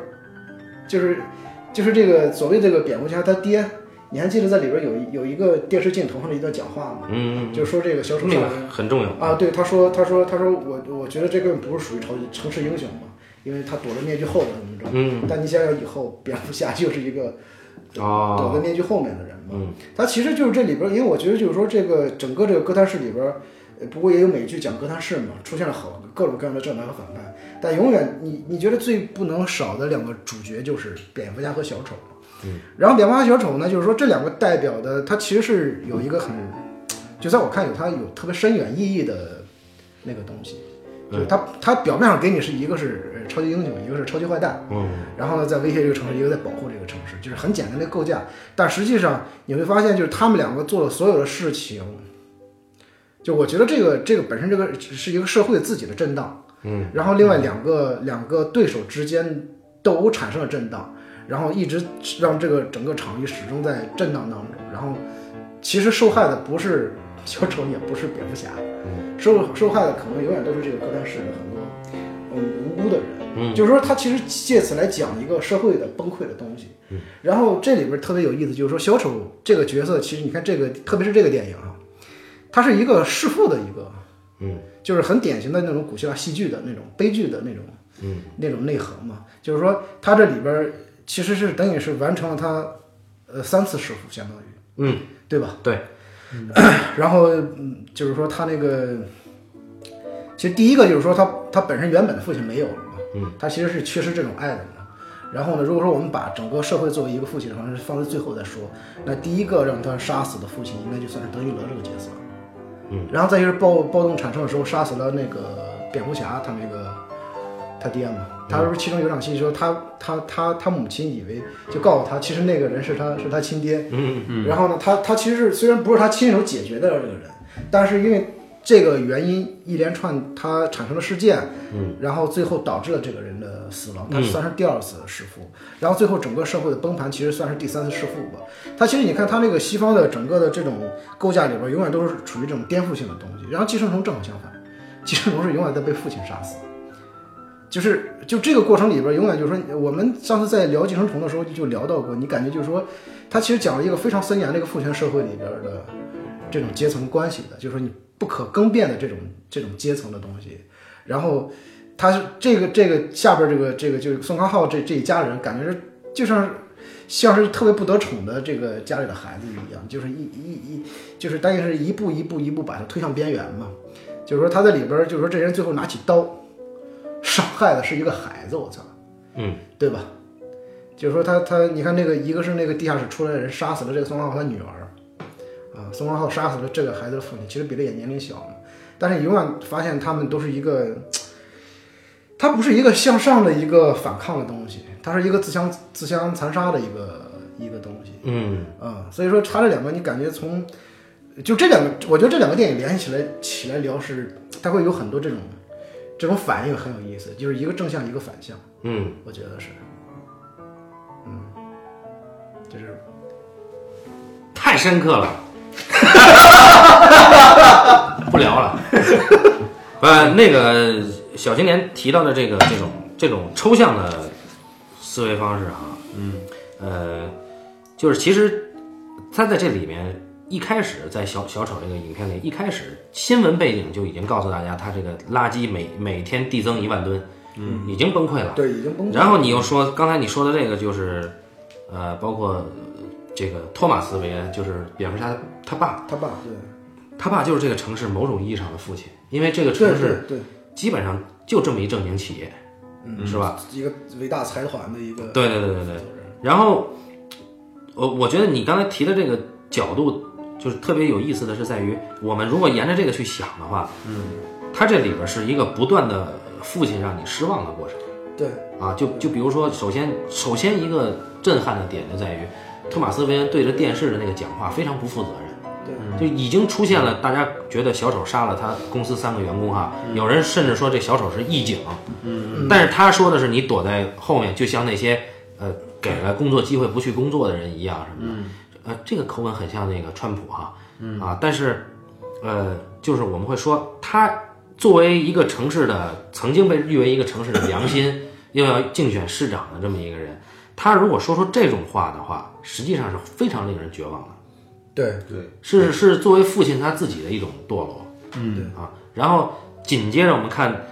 [SPEAKER 2] 就是就是这个所谓这个蝙蝠侠他爹，你还记得在里边儿有一有一个电视镜头上的一段讲话吗？
[SPEAKER 1] 嗯，
[SPEAKER 2] 就说这个小丑
[SPEAKER 1] 那
[SPEAKER 2] 上
[SPEAKER 1] 个很重要
[SPEAKER 2] 啊，，对，他说他说他说我我觉得这根本不是属于超级城市英雄嘛，因为他躲在面具后边怎么着。
[SPEAKER 1] 嗯
[SPEAKER 2] 但你想想以后，蝙蝠侠就是一个躲在
[SPEAKER 1] 哦，
[SPEAKER 2] 面具后面的人嘛。
[SPEAKER 1] 嗯
[SPEAKER 2] 他其实就是这里边儿，因为我觉得就是说这个整个这个哥谭市里边儿，呃不过也有美剧讲哥谭市嘛，出现了好各种各样的正派和反派，但永远你你觉得最不能少的两个主角就是蝙蝠侠和小丑。嗯，然后蝙蝠侠小丑呢，就是说这两个代表的，它其实是有一个很，就在我看有它有特别深远意义的那个东西，
[SPEAKER 1] 嗯
[SPEAKER 2] 就是它它表面上给你是一个是呃超级英雄，一个是超级坏蛋，
[SPEAKER 1] 嗯
[SPEAKER 2] 然后呢，在威胁这个城市，一个在保护这个城市，就是很简单的构架。但实际上你会发现，就是他们两个做的所有的事情，就我觉得这个这个本身这个是一个社会自己的震荡，
[SPEAKER 1] 嗯，
[SPEAKER 2] 然后另外两个两个对手之间斗殴产生了震荡，然后一直让这个整个场域始终在震荡当中。然后其实受害的不是小丑，也不是蝙蝠侠，
[SPEAKER 1] 嗯
[SPEAKER 2] 受受害的可能永远都是这个哥谭市的很多嗯无辜的人。
[SPEAKER 1] 嗯
[SPEAKER 2] 就是说他其实借此来讲一个社会的崩溃的东西。
[SPEAKER 1] 嗯
[SPEAKER 2] 然后这里边特别有意思，就是说小丑这个角色，其实你看这个，特别是这个电影啊，它是一个弑父的一个，
[SPEAKER 1] 嗯，
[SPEAKER 2] 就是很典型的那种古希腊戏剧的那种悲剧的那种，嗯，那种内核嘛。就是说他这里边其实是等于是完成了他，呃，三次弑父，相当于，
[SPEAKER 1] 嗯，
[SPEAKER 2] 对吧？
[SPEAKER 1] 对，
[SPEAKER 2] <clears throat> 然后嗯，就是说他那个，其实第一个就是说他他本身原本的父亲没有了嘛，嗯，他其实是缺失这种爱的嘛。然后呢，如果说我们把整个社会作为一个父亲的方式放在最后再说，那第一个让他杀死的父亲应该就算是德育勒这个角色，嗯，然后再就是暴暴动产生的时候杀死了那个蝙蝠侠他那个他爹嘛，他说其中有场戏说他他他他母亲以为就告诉他，其实那个人是他是他亲爹，
[SPEAKER 1] 嗯
[SPEAKER 2] 然后呢，他他其实是虽然不是他亲手解决的这个人，但是因为这个原因一连串它产生的事件，嗯，然后最后导致了这个人的死亡，他算是第二次弑父，然后最后整个社会的崩盘其实算是第三次弑父吧。他其实你看他那个西方的整个的这种构架里边，永远都是处于这种颠覆性的东西。然后寄生虫正好相反，寄生虫是永远在被父亲杀死。就是就这个过程里边，永远就是说，我们上次在聊寄生虫的时候就聊到过，你感觉就是说，他其实讲了一个非常森严的一个父权社会里边的这种阶层关系的，就是说你不可更变的这种这种阶层的东西。然后他是这个这个下边这个这个就是宋康昊这这一家人，感觉是就像是像是特别不得宠的这个家里的孩子一样，就是一一一就是但是一步一步一步把他推向边缘嘛。就是说他在里边儿，就是说这人最后拿起刀，伤害的是一个孩子，我操，
[SPEAKER 1] 嗯，
[SPEAKER 2] 对吧？就是说他他，你看那个，一个是那个地下室出来的人杀死了这个宋康昊他女儿，啊，宋康昊杀死了这个孩子的父亲，其实比这也年龄小嘛，但是你永远发现他们都是一个，它不是一个向上的一个反抗的东西，它是一个自相自相残杀的一个一个东西，
[SPEAKER 1] 嗯，
[SPEAKER 2] 啊、所以说他这两个你感觉从就这两个，我觉得这两个电影联系起来起来聊是，它会有很多这种这种反应很有意思，就是一个正向一个反向，
[SPEAKER 1] 嗯，
[SPEAKER 2] 我觉得是，嗯，就是
[SPEAKER 1] 太深刻了， <laughs> 不聊了。呃，那个小青年提到的这个这种这种抽象的思维方式哈，嗯，呃，就是其实他在这里面一开始在小小丑这个影片里，一开始新闻背景就已经告诉大家，他这个垃圾每每天递增一万吨，嗯，已经崩溃了。
[SPEAKER 2] 对，已经崩溃了。
[SPEAKER 1] 然后你又说，刚才你说的这个就是，呃，包括呃这个托马斯·韦恩，就是蝙蝠侠他爸，
[SPEAKER 2] 他爸对
[SPEAKER 1] 他爸就是这个城市某种意义上的父亲，因为这个城
[SPEAKER 2] 对
[SPEAKER 1] 市
[SPEAKER 2] 对
[SPEAKER 1] 基本上就这么一正经企业，嗯、是吧？
[SPEAKER 2] 对，一个伟大财团的一个
[SPEAKER 1] 对对对对对。然后，我我觉得你刚才提的这个角度，就是特别有意思的是在于，我们如果沿着这个去想的话，嗯，它这里边是一个不断的父亲让你失望的过程。
[SPEAKER 2] 对
[SPEAKER 1] 啊，就就比如说，首先首先一个震撼的点就在于，托马斯·韦恩对着电视的那个讲话非常不负责任，
[SPEAKER 2] 对
[SPEAKER 1] 就已经出现了大家觉得小丑杀了他公司三个员工哈，有人甚至说这小丑是义警，嗯，但是他说的是你躲在后面，就像那些呃给了工作机会不去工作的人一样什么的，呃，这个口吻很像那个川普哈，啊，但是呃，就是我们会说他。作为一个城市的曾经被誉为一个城市的良心，又要竞选市长的这么一个人，他如果说出这种话的话，实际上是非常令人绝望的，
[SPEAKER 2] 对
[SPEAKER 3] 对，
[SPEAKER 1] 是是作为父亲他自己的一种堕落
[SPEAKER 2] 对
[SPEAKER 1] 啊。然后紧接着我们看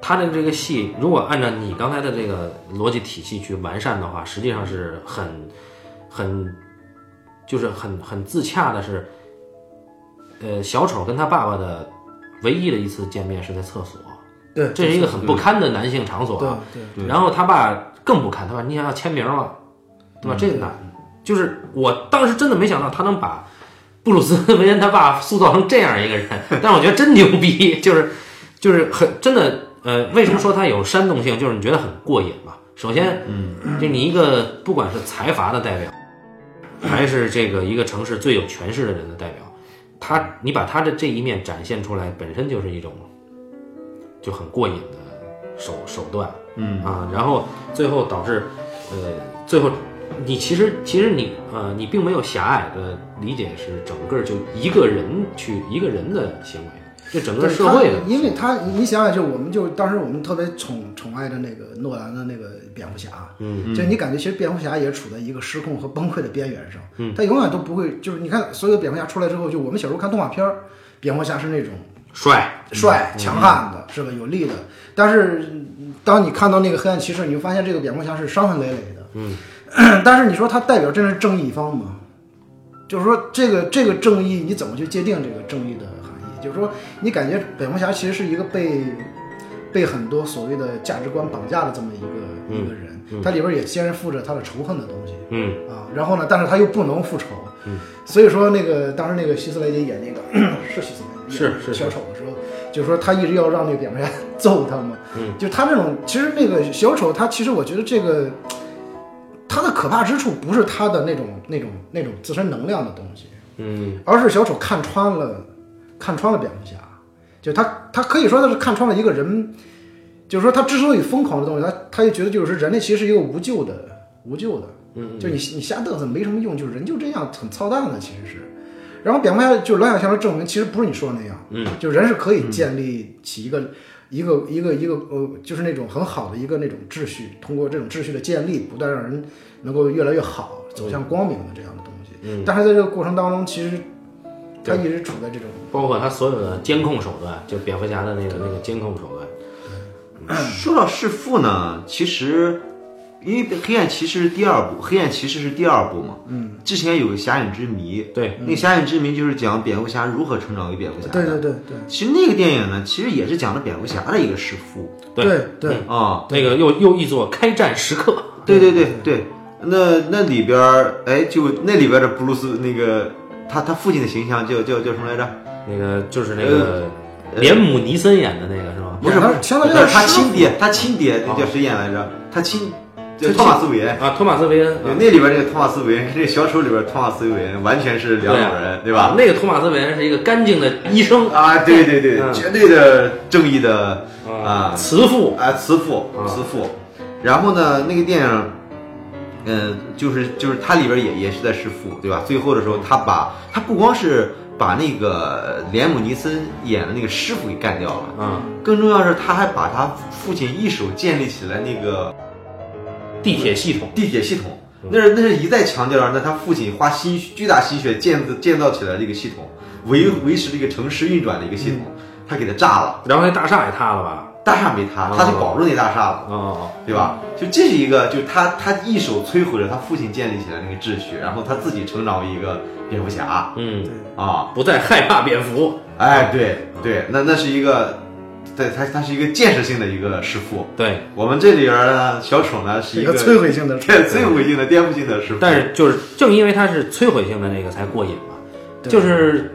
[SPEAKER 1] 他的这个戏，如果按照你刚才的这个逻辑体系去完善的话，实际上是很很就是很很自洽的是，呃，小丑跟他爸爸的唯一的一次见面是在厕所，
[SPEAKER 2] 对
[SPEAKER 1] 这是一个很不堪的男性场所啊。
[SPEAKER 2] 对对
[SPEAKER 3] 对
[SPEAKER 1] 然后他爸更不看，他爸你想要签名吗？对吧？这个呢，就是我当时真的没想到他能把布鲁斯 <laughs> ·韦恩他爸塑造成这样一个人，但是我觉得真牛逼，就是就是很真的。呃，为什么说他有煽动性？就是你觉得很过瘾嘛。首先，嗯，就你一个不管是财阀的代表，还是这个一个城市最有权势的人的代表，他你把他的这一面展现出来，本身就是一种就很过瘾的手手段。
[SPEAKER 2] 嗯
[SPEAKER 1] 啊，然后最后导致，呃，最后你其实其实你呃，你并没有狭隘的理解是整个就一个人去一个人的行为，就整个
[SPEAKER 2] 对
[SPEAKER 1] 社会的
[SPEAKER 2] 他，因为他你你想想，就我们就当时我们特别宠宠爱的那个诺兰的那个蝙蝠侠，嗯，就你感觉其实蝙蝠侠也处在一个失控和崩溃的边缘上，嗯，他永远都不会，就是你看所有的蝙蝠侠出来之后，就我们小时候看动画片儿，蝙蝠侠是那种
[SPEAKER 1] 帅，
[SPEAKER 2] 帅、强悍的，是吧？有力的。但是嗯当你看到那个黑暗骑士，你会发现这个蝙蝠侠是伤痕累累的。嗯， <clears throat> 但是你说他代表真是正义一方吗？就是说，这个这个正义你怎么去界定这个正义的含义？就是说，你感觉蝙蝠侠其实是一个被被很多所谓的价值观绑架的这么一个、一个人，他里边也肩负着他的仇恨的东西。
[SPEAKER 1] 嗯
[SPEAKER 2] 啊，然后呢，但是他又不能复仇，所以说那个当时那个希斯莱杰演那个是希斯莱杰演
[SPEAKER 1] 是是
[SPEAKER 2] 小丑的时候，就是说他一直要让那个蝙蝠侠 <laughs> 揍他嘛，
[SPEAKER 1] 嗯
[SPEAKER 2] 就他这种其实那个小丑他其实我觉得这个他的可怕之处不是他的那种那种那种自身能量的东西，
[SPEAKER 1] 嗯
[SPEAKER 2] 而是小丑看穿了看穿了蝙蝠侠，就他他可以说他是看穿了一个人，就是说他之所以疯狂的东西，他他就觉得就是人类其实是一个无救的无救的，嗯，就你你瞎嘚瑟没什么用，就是人就这样很操蛋的其实是。然后表面上就是罗小强的证明，其实不是你说的那样，嗯，就人是可以建立起一个、一个一个一个呃，就是那种很好的一个那种秩序，通过这种秩序的建立，不断让人能够越来越好，走向光明的这样的东西。嗯，但是在这个过程当中，其实他一直处在这种
[SPEAKER 1] 包括他所有的监控手段，就蝙蝠侠的那个那个监控手段，
[SPEAKER 3] <clears throat> 说到弑父呢，其实因为黑暗骑士是第二部，黑暗骑士是第二部嘛，嗯，之前有个侠影之谜，
[SPEAKER 1] 对，
[SPEAKER 3] 那个侠影之谜就是讲蝙蝠侠如何成长为蝙蝠侠的，
[SPEAKER 2] 对对对
[SPEAKER 3] 其实那个电影呢，其实也是讲的蝙蝠侠的一个弑父
[SPEAKER 2] 对对对，
[SPEAKER 3] 啊，
[SPEAKER 1] 嗯那个又又译作开战时刻，
[SPEAKER 3] 对对对对，那那里边儿，哎，就那里边的布鲁斯那个他他父亲的形象叫叫叫什么来着？
[SPEAKER 1] 那个就是那个
[SPEAKER 3] 呃
[SPEAKER 1] 连姆尼森演的那个是吧？
[SPEAKER 3] 不是不是，
[SPEAKER 2] 相当于有点
[SPEAKER 3] 他
[SPEAKER 2] 师
[SPEAKER 3] 亲
[SPEAKER 2] 傅
[SPEAKER 3] 爹，他亲爹那叫谁演来着？他亲叫托马斯韦恩。
[SPEAKER 1] 啊，托马斯韦恩，
[SPEAKER 3] 对，
[SPEAKER 1] 啊
[SPEAKER 3] 那里边这个托马斯韦恩，这个小丑里边托马斯韦恩完全是两种人，对吧？
[SPEAKER 1] 啊那个托马斯韦恩是一个干净的医生
[SPEAKER 3] 啊，对对对，
[SPEAKER 1] 嗯
[SPEAKER 3] 绝对的正义的啊
[SPEAKER 1] 慈父，
[SPEAKER 3] 啊慈父
[SPEAKER 1] 啊
[SPEAKER 3] 慈父。然后呢，那个电影，嗯，就是就是它里边也也是在弑父，对吧？最后的时候，他把他不光是把那个连姆尼森演的那个师傅给干掉了，
[SPEAKER 1] 嗯，
[SPEAKER 3] 更重要的是他还把他父亲一手建立起来那个
[SPEAKER 1] 地铁系统，
[SPEAKER 3] 地铁系统，
[SPEAKER 1] 嗯
[SPEAKER 3] 那是那是一再强调了，那他父亲花心巨大心血建自建造起来的一个系统，维
[SPEAKER 1] 嗯
[SPEAKER 3] 维持这个城市运转的一个系统，他给他炸了，
[SPEAKER 1] 然后那大厦也塌了吧？
[SPEAKER 3] 大厦没塌，他就保住那大厦了，
[SPEAKER 1] 哦，
[SPEAKER 3] 对吧？就这是一个，就是他他一手摧毁了他父亲建立起来的那个秩序，然后他自己成长为一个蝙蝠侠
[SPEAKER 1] 嗯，
[SPEAKER 3] 啊，
[SPEAKER 1] 不再害怕蝙蝠，
[SPEAKER 3] 哎，对对，那那是一个，对他他是一个建设性的一个弑父。
[SPEAKER 1] 对，
[SPEAKER 3] 我们这里边呢，小丑呢是
[SPEAKER 2] 一
[SPEAKER 3] 一
[SPEAKER 2] 个
[SPEAKER 3] 个
[SPEAKER 2] 摧毁性的，
[SPEAKER 3] 对摧毁性的、颠覆性的弑父，
[SPEAKER 1] 但是就是正因为它是摧毁性的那个才过瘾嘛，
[SPEAKER 2] 对
[SPEAKER 1] 就是。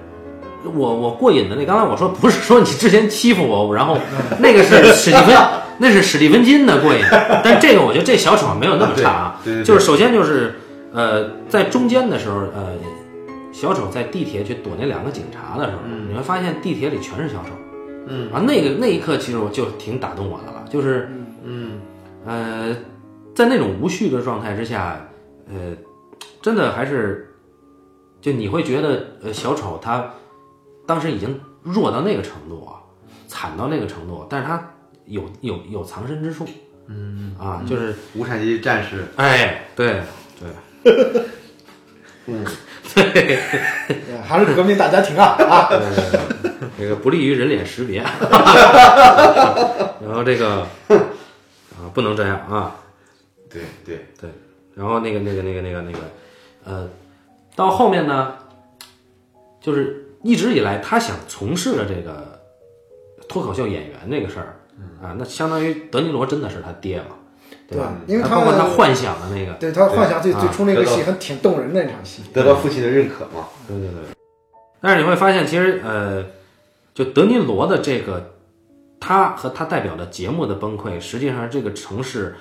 [SPEAKER 1] 我我过瘾的那，刚才我说不是说你之前欺负我，然后那个是史蒂 <laughs> 芬，那是史蒂芬金的过瘾，但这个我觉得这小丑没有那么差啊，
[SPEAKER 3] 对对对
[SPEAKER 1] 就是首先就是呃在中间的时候，呃小丑在地铁去躲那两个警察的时候，你会发现地铁里全是小丑，
[SPEAKER 3] 嗯
[SPEAKER 1] 啊那个那一刻其实我就挺打动我的了，就是
[SPEAKER 3] 嗯。
[SPEAKER 1] 呃，在那种无序的状态之下，呃，真的还是，就你会觉得，呃，小丑他当时已经弱到那个程度啊，惨到那个程度，啊但是他有有有藏身之处，嗯啊，就是，
[SPEAKER 3] 无产阶级战士，
[SPEAKER 1] 哎，对
[SPEAKER 3] 嗯，
[SPEAKER 2] 对 <laughs> 还是革命大家庭啊啊！
[SPEAKER 1] 呃，这个不利于人脸识别， <laughs> 然后这个啊，不能这样啊，
[SPEAKER 3] 对对，
[SPEAKER 1] 对，然后那个那个那个那个那个，呃，到后面呢，就是一直以来他想从事的这个脱口秀演员这个事儿，
[SPEAKER 2] 嗯
[SPEAKER 1] 啊，那相当于德尼罗真的是他爹嘛，吧？
[SPEAKER 2] 对因为
[SPEAKER 1] 还
[SPEAKER 2] 他
[SPEAKER 1] 包括他幻想的那个，
[SPEAKER 2] <laughs> 对他幻想最
[SPEAKER 1] 啊
[SPEAKER 2] 最初那个
[SPEAKER 3] 得到
[SPEAKER 2] 戏很挺动人的那场戏，
[SPEAKER 3] 得到父亲的认可嘛，
[SPEAKER 1] 对对对。但是你会发现，其实呃，就德尼罗的这个，他和他代表的节目的崩溃，实际上是这个城市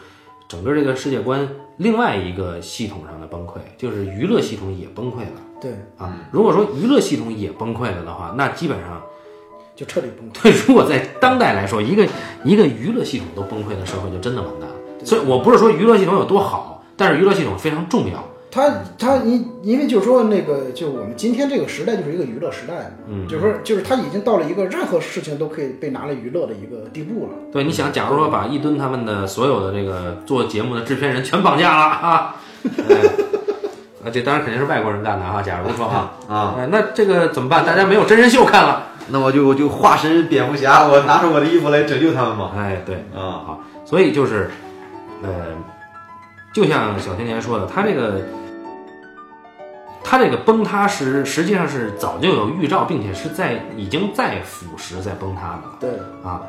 [SPEAKER 1] 整个这个世界观另外一个系统上的崩溃，就是娱乐系统也崩溃了。
[SPEAKER 2] 对，
[SPEAKER 1] 啊，如果说娱乐系统也崩溃了的话，那基本上
[SPEAKER 2] 就彻底崩溃。
[SPEAKER 1] 对，如果在当代来说，一个一个娱乐系统都崩溃的社会，就真的完蛋了。所以我不是说娱乐系统有多好，但是娱乐系统非常重要。
[SPEAKER 2] 他他因因为就是说那个就我们今天这个时代就是一个娱乐时代，嗯，就是说就是他已经到了一个任何事情都可以被拿来娱乐的一个地步了。
[SPEAKER 1] 对，你想，假如说把一吨他们的所有的这个做节目的制片人全绑架了啊， <laughs> 呃啊，这当然肯定是外国人干的啊。假如说啊，
[SPEAKER 3] <laughs> 啊，
[SPEAKER 1] 呃那这个怎么办？大家没有真人秀看了。
[SPEAKER 3] 那我就我就化身蝙蝠侠，我拿着我的衣服来拯救他们嘛，
[SPEAKER 1] 哎，对，
[SPEAKER 3] 啊，
[SPEAKER 1] 好，所以就是，呃，就像小甜甜说的，他这个，他这个崩塌是实际上是早就有预兆，并且是在已经在腐蚀、在崩塌的了
[SPEAKER 2] 对，
[SPEAKER 1] 啊。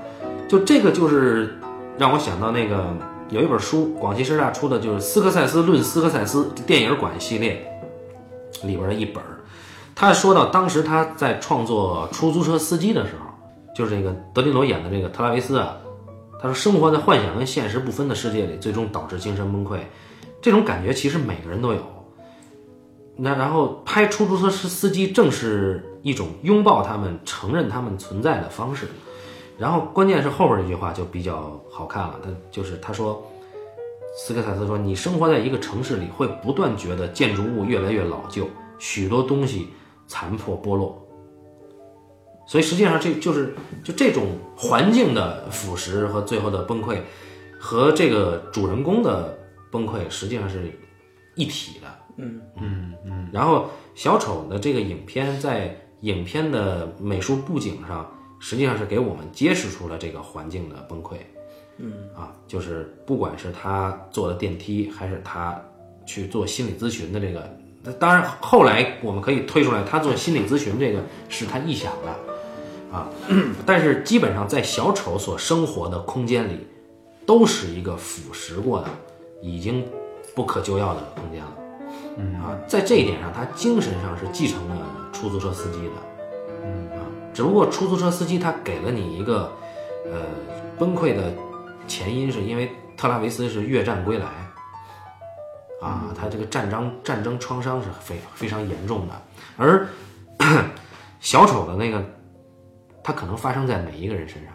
[SPEAKER 1] 就这个就是让我想到那个有一本书，广西师大出的就是《斯科塞斯论斯科塞斯电影馆系列》里边的一本儿，他说到当时他在创作《出租车司机》的时候，就是这个德尼罗演的这个特拉维斯啊，他说生活在幻想跟现实不分的世界里，最终导致精神崩溃，这种感觉其实每个人都有。那然后拍出租车司司机正是一种拥抱他们、承认他们存在的方式。然后关键是后边这句话就比较好看了，他就是他说，斯科塞斯说，你生活在一个城市里，会不断觉得建筑物越来越老旧，许多东西残破剥落。所以实际上这就是就这种环境的腐蚀和最后的崩溃，和这个主人公的崩溃实际上是一体的。然后小丑的这个影片在影片的美术布景上，实际上是给我们揭示出了这个环境的崩溃。嗯啊，就是不管是他坐的电梯，还是他去做心理咨询的这个，那当然后来我们可以推出来，他做心理咨询这个是他臆想的啊， <clears throat> 但是基本上在小丑所生活的空间里，都是一个腐蚀过的、已经不可救药的空间了。啊，在这一点上，他精神上是继承了出租车司机的，嗯啊，只不过出租车司机他给了你一个，呃，崩溃的前因是因为特拉维斯是越战归来，啊，他这个战争战争创伤是非非常严重的，而 <coughs> 小丑的那个，他可能发生在每一个人身上。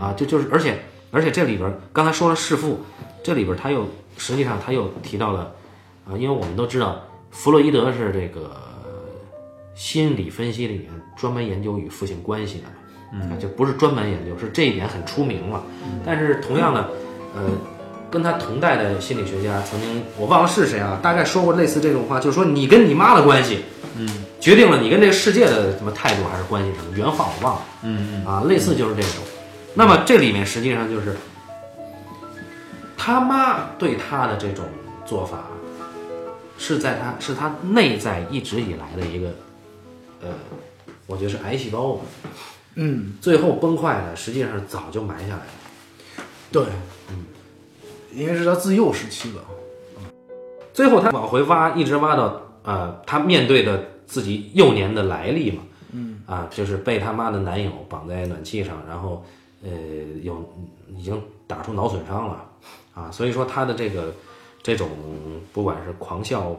[SPEAKER 1] 啊，这就是，而且而且这里边儿刚才说了弑父，这里边儿他又实际上他又提到了，啊，因为我们都知道弗洛伊德是这个心理分析里面专门研究与父性关系的，嗯，就不是专门研究，是这一点很出名了。但是同样的，呃，跟他同代的心理学家曾经我忘了是谁啊，大概说过类似这种话，就是说你跟你妈的关系，嗯，决定了你跟这个世界的什么态度还是关系什么，原话我忘了，嗯啊，类似就是这种。那么这里面实际上就是他妈对他的这种做法，是在他是他内在一直以来的一个，呃，我觉得是癌细胞吧，
[SPEAKER 2] 嗯，
[SPEAKER 1] 最后崩坏的实际上是早就埋下来了。
[SPEAKER 2] 对，嗯因为是他自幼时期吧，
[SPEAKER 1] 最后他往回挖，一直挖到呃，他面对的自己幼年的来历嘛，嗯，啊，就是被他妈的男友绑在暖气上，然后呃，有已经打出脑损伤了，啊，所以说他的这个这种不管是狂笑，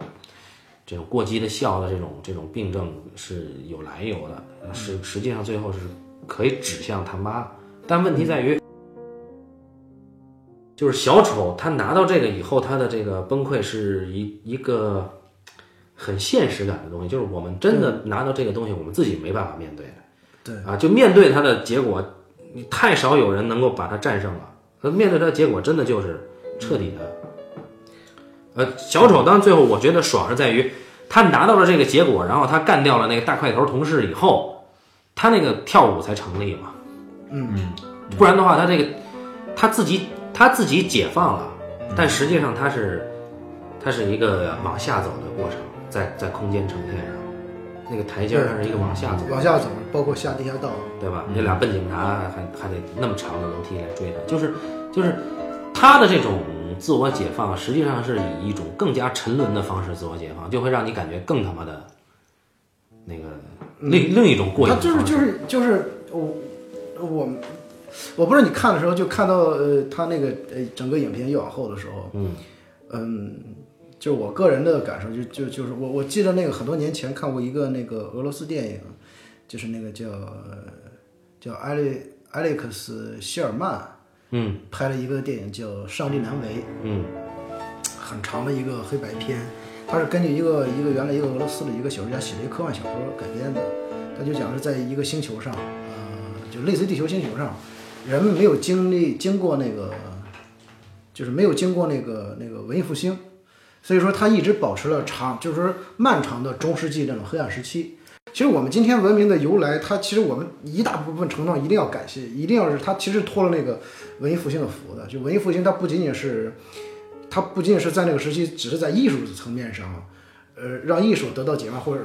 [SPEAKER 1] 这种过激的笑的这种这种病症是有来由的，是实际上最后是可以指向他妈，但问题在于。就是小丑，他拿到这个以后，他的这个崩溃是一一个很现实感的东西，就是我们真的拿到这个东西，我们自己没办法面对的。
[SPEAKER 2] 对
[SPEAKER 1] 啊，就面对它的结果，你太少有人能够把它战胜了。那面对它的结果，真的就是彻底的。
[SPEAKER 2] 嗯
[SPEAKER 1] 呃，小丑当然最后我觉得爽是在于他拿到了这个结果，然后他干掉了那个大块头同事以后，他那个跳舞才成立嘛。嗯，不然的话，他这个他自己他自己解放了，
[SPEAKER 2] 嗯
[SPEAKER 1] 但实际上他是它是一个往下走的过程，在在空间呈现上，那个台阶儿它是一个往下走，
[SPEAKER 2] 往下走，包括下地下道，
[SPEAKER 1] 对吧？那俩笨警察还还得那么长的楼梯来追他，就是就是他的这种自我解放，实际上是以一种更加沉沦的方式自我解放，就会让你感觉更他妈的，那个另另一种过瘾
[SPEAKER 2] 嗯他
[SPEAKER 1] 的方
[SPEAKER 2] 就
[SPEAKER 1] 式。
[SPEAKER 2] 是就是就是我我们我不知道你看的时候就看到呃他那个呃整个影片越往后的时候，
[SPEAKER 1] 嗯
[SPEAKER 2] 嗯，就我个人的感受就就就是我我记得那个很多年前看过一个那个俄罗斯电影，就是那个叫呃叫埃利埃利克斯希尔曼
[SPEAKER 1] 嗯
[SPEAKER 2] 拍了一个电影叫《上帝难为》。
[SPEAKER 1] 嗯
[SPEAKER 2] 很长的一个黑白片，它是根据一个一个原来一个俄罗斯的一个小说家写的一个科幻小说改编的，它就讲是在一个星球上，呃，就类似于地球星球上，人们没有经历经过那个，就是没有经过那个那个文艺复兴，所以说它一直保持了长，就是说漫长的中世纪那种黑暗时期。其实我们今天文明的由来，它其实我们一大部分程度上一定要感谢，一定要是它其实托了那个文艺复兴的福的。就文艺复兴，它不仅仅是它不仅仅是在那个时期，只是在艺术层面上，呃，让艺术得到解放或者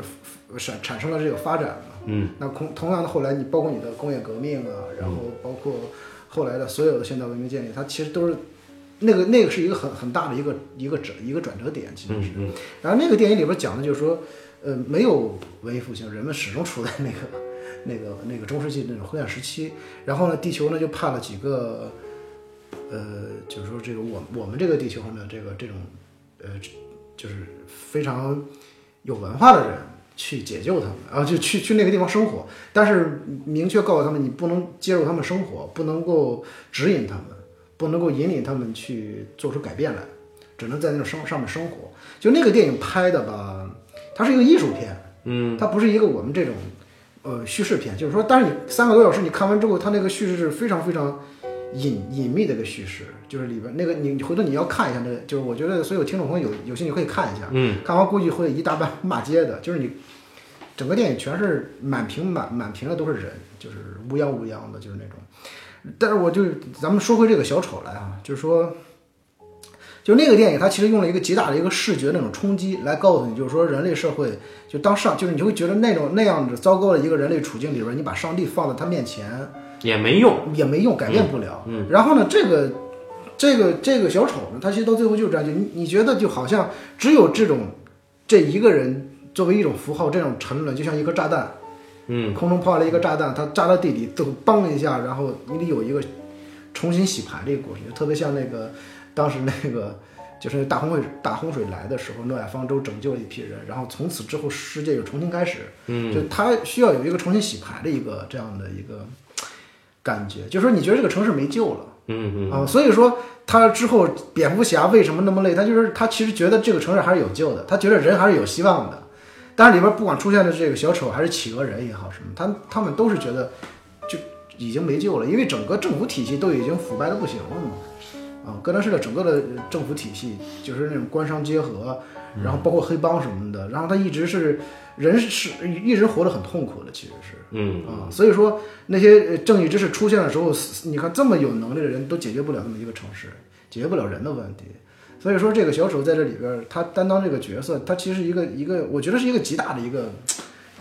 [SPEAKER 2] 呃产产生了这个发展嘛。嗯，那同同样的后来，你包括你的工业革命啊，然后包括后来的所有的现代文明建立，它其实都是那个那个是一个很很大的一个一个转一个转折点，其实是。然后那个电影里边讲的就是说，呃，没有文艺复兴，人们始终处在那个那个那个中世纪那种灰暗时期。然后呢，地球呢就派了几个。呃，就是说这个我我们这个地球上的这个这种，呃，就是非常有文化的人，去解救他们，啊，就去去那个地方生活，但是明确告诉他们，你不能介入他们生活，不能够指引他们，不能够引领他们去做出改变来，只能在那种生上面生活。就那个电影拍的吧，它是一个艺术片，嗯，它不是一个我们这种呃叙事片，就是说，但是你三个多小时你看完之后，它那个叙事是非常非常隐隐秘的一个叙事，就是里边那个你你回头你要看一下那个，就是我觉得所有听众朋友有有兴趣可以看一下，嗯，看完估计会一大半骂街的，就是你整个电影全是满屏满满屏的都是人，就是乌泱乌泱的，就是那种。但是我就咱们说回这个小丑来啊，就是说，就那个电影它其实用了一个极大的一个视觉那种冲击来告诉你，就是说人类社会就当上就是你就会觉得那种那样子糟糕的一个人类处境里边，你把上帝放在他面前，
[SPEAKER 1] 也没用。
[SPEAKER 2] 也没用，改变不了。然后呢，这个这个这个小丑呢，他其实到最后就是这样，就你你觉得就好像只有这种这一个人作为一种符号，这种沉沦，就像一颗炸弹，嗯，空中抛来一个炸弹，它炸到地里，都嘣一下，然后你得有一个重新洗牌这个过程，就特别像那个当时那个。就是大洪水大洪水来的时候，诺亚方舟拯救了一批人，然后从此之后世界又重新开始。嗯，就它需要有一个重新洗牌的一个这样的一个感觉，就是说你觉得这个城市没救了，嗯嗯啊，所以说他之后蝙蝠侠为什么那么累？他就是他其实觉得这个城市还是有救的，他觉得人还是有希望的。但是里边不管出现的这个小丑还是企鹅人也好什么，他他们都是觉得就已经没救了，因为整个政府体系都已经腐败的不行了嘛。啊，哥谭市的整个的政府体系就是那种官商结合，然后包括黑帮什么的，然后他一直是人是一直活得很痛苦的，其实是。
[SPEAKER 1] 嗯，
[SPEAKER 2] 啊，所以说那些呃正义之士出现的时候，死你看这么有能力的人都解决不了那么一个城市，解决不了人的问题。所以说这个小丑在这里边儿，他担当这个角色，他其实一个一个，我觉得是一个极大的一个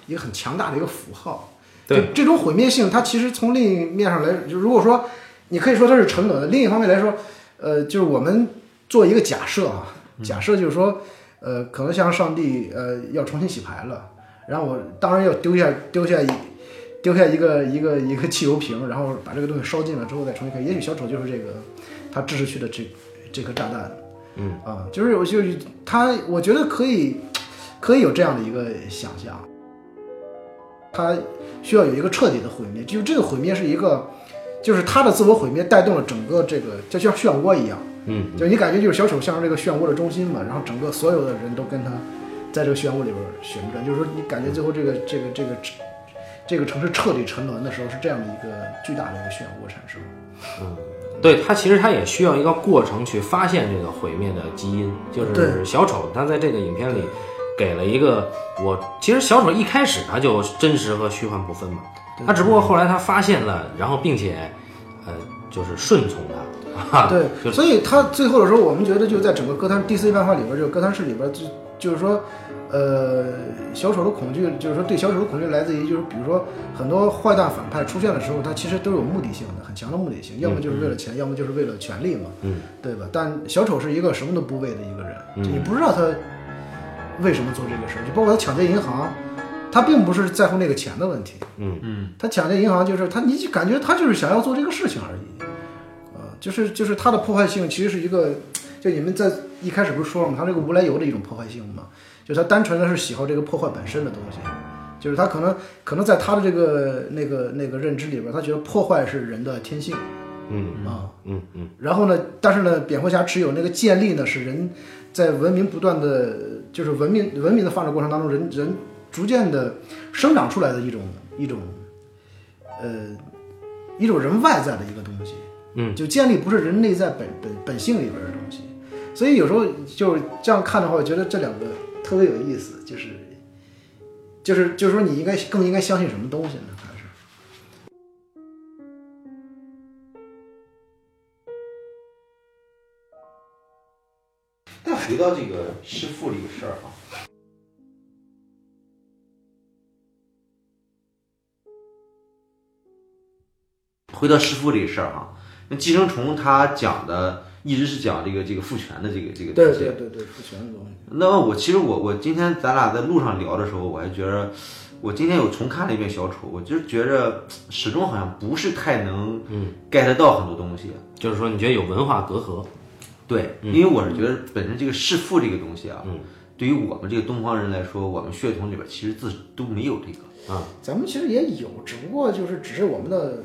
[SPEAKER 2] 一个很强大的一个符号。
[SPEAKER 1] 对
[SPEAKER 2] 就这种毁灭性，它其实从另一面上来，就如果说你可以说它是沉沦的，另一方面来说，呃，就是我们做一个假设啊，
[SPEAKER 1] 嗯
[SPEAKER 2] 假设就是说，呃，可能像上帝呃要重新洗牌了，然后我当然要丢下丢下一丢下一个一个一个汽油瓶，然后把这个东西烧尽了之后再重新开。也许小丑就是这个他掷出去的这这颗炸弹，嗯啊，就是我就是他，我觉得可以可以有这样的一个想象，他需要有一个彻底的毁灭，就这个毁灭是一个。就是他的自我毁灭带动了整个这个，就像漩涡一样，
[SPEAKER 1] 嗯，
[SPEAKER 2] 就你感觉就是小丑像是这个漩涡的中心嘛，然后整个所有的人都跟他在这个漩涡里边旋转，就是说你感觉最后这个这个这个这个城市彻底沉沦的时候，是这样的一个巨大的一个漩涡产生。
[SPEAKER 1] 对他其实他也需要一个过程去发现这个毁灭的基因，就
[SPEAKER 2] 对
[SPEAKER 1] 是小丑他在这个影片里给了一个我，其实小丑一开始他就真实和虚幻不分嘛，他只不过后来他发现了，然后并且呃就是顺从他，啊，
[SPEAKER 2] 对，所以他最后的时候，我们觉得就在整个哥谭 DC 漫画里边，这个哥谭市里边就就是说，呃，小丑的恐惧，就是说对小丑的恐惧来自于就是比如说很多坏蛋反派出现的时候，他其实都有目的性的，很强的目的性，要么就是为了钱，要么就是为了权力嘛，
[SPEAKER 1] 嗯，
[SPEAKER 2] 对吧？但小丑是一个什么都不为的一个人，就你不知道他为什么做这个事儿，就包括他抢劫银行。他并不是在乎那个钱的问题，
[SPEAKER 1] 嗯
[SPEAKER 2] 嗯，他抢劫银行就是他，你就感觉他就是想要做这个事情而已，呃，就是就是它的破坏性其实是一个，就你们在一开始不是说了吗？它这个无来由的一种破坏性嘛，就它单纯的是喜好这个破坏本身的东西，就是他可能可能在他的这个那个那个认知里边，他觉得破坏是人的天性
[SPEAKER 1] 嗯
[SPEAKER 2] 啊。
[SPEAKER 1] 嗯嗯，
[SPEAKER 2] 然后呢，但是呢，蝙蝠侠持有那个建立呢，是人在文明不断的，就是文明文明的发展过程当中，人人逐渐的生长出来的一种一种，呃，一种人外在的一个东西。
[SPEAKER 1] 嗯，
[SPEAKER 2] 就建立不是人内在本本本性里边的东西。所以有时候就是这样看的话，我觉得这两个特别有意思，就是就是就是说你应该更应该相信什么东西呢？还是
[SPEAKER 3] 但回到这个弑父这个事儿啊，回到弑父这个事儿哈、那《寄生虫》它讲的一直是讲这个这个父权的这个这个
[SPEAKER 2] 对
[SPEAKER 3] 东西
[SPEAKER 2] 对对对，不全的东西。
[SPEAKER 3] 那么我其实我我今天咱俩在路上聊的时候，我还觉着，我今天有重看了一遍《小丑》，我就觉着始终好像不是太能 get 到很多东西。
[SPEAKER 1] 就是说你觉得有文化隔阂，嗯
[SPEAKER 3] 对，因为我是觉得本身这个弑父这个东西啊，对于我们这个东方人来说，我们血统里边其实自都没有这个啊。
[SPEAKER 2] 咱们其实也有，只不过就是只是我们的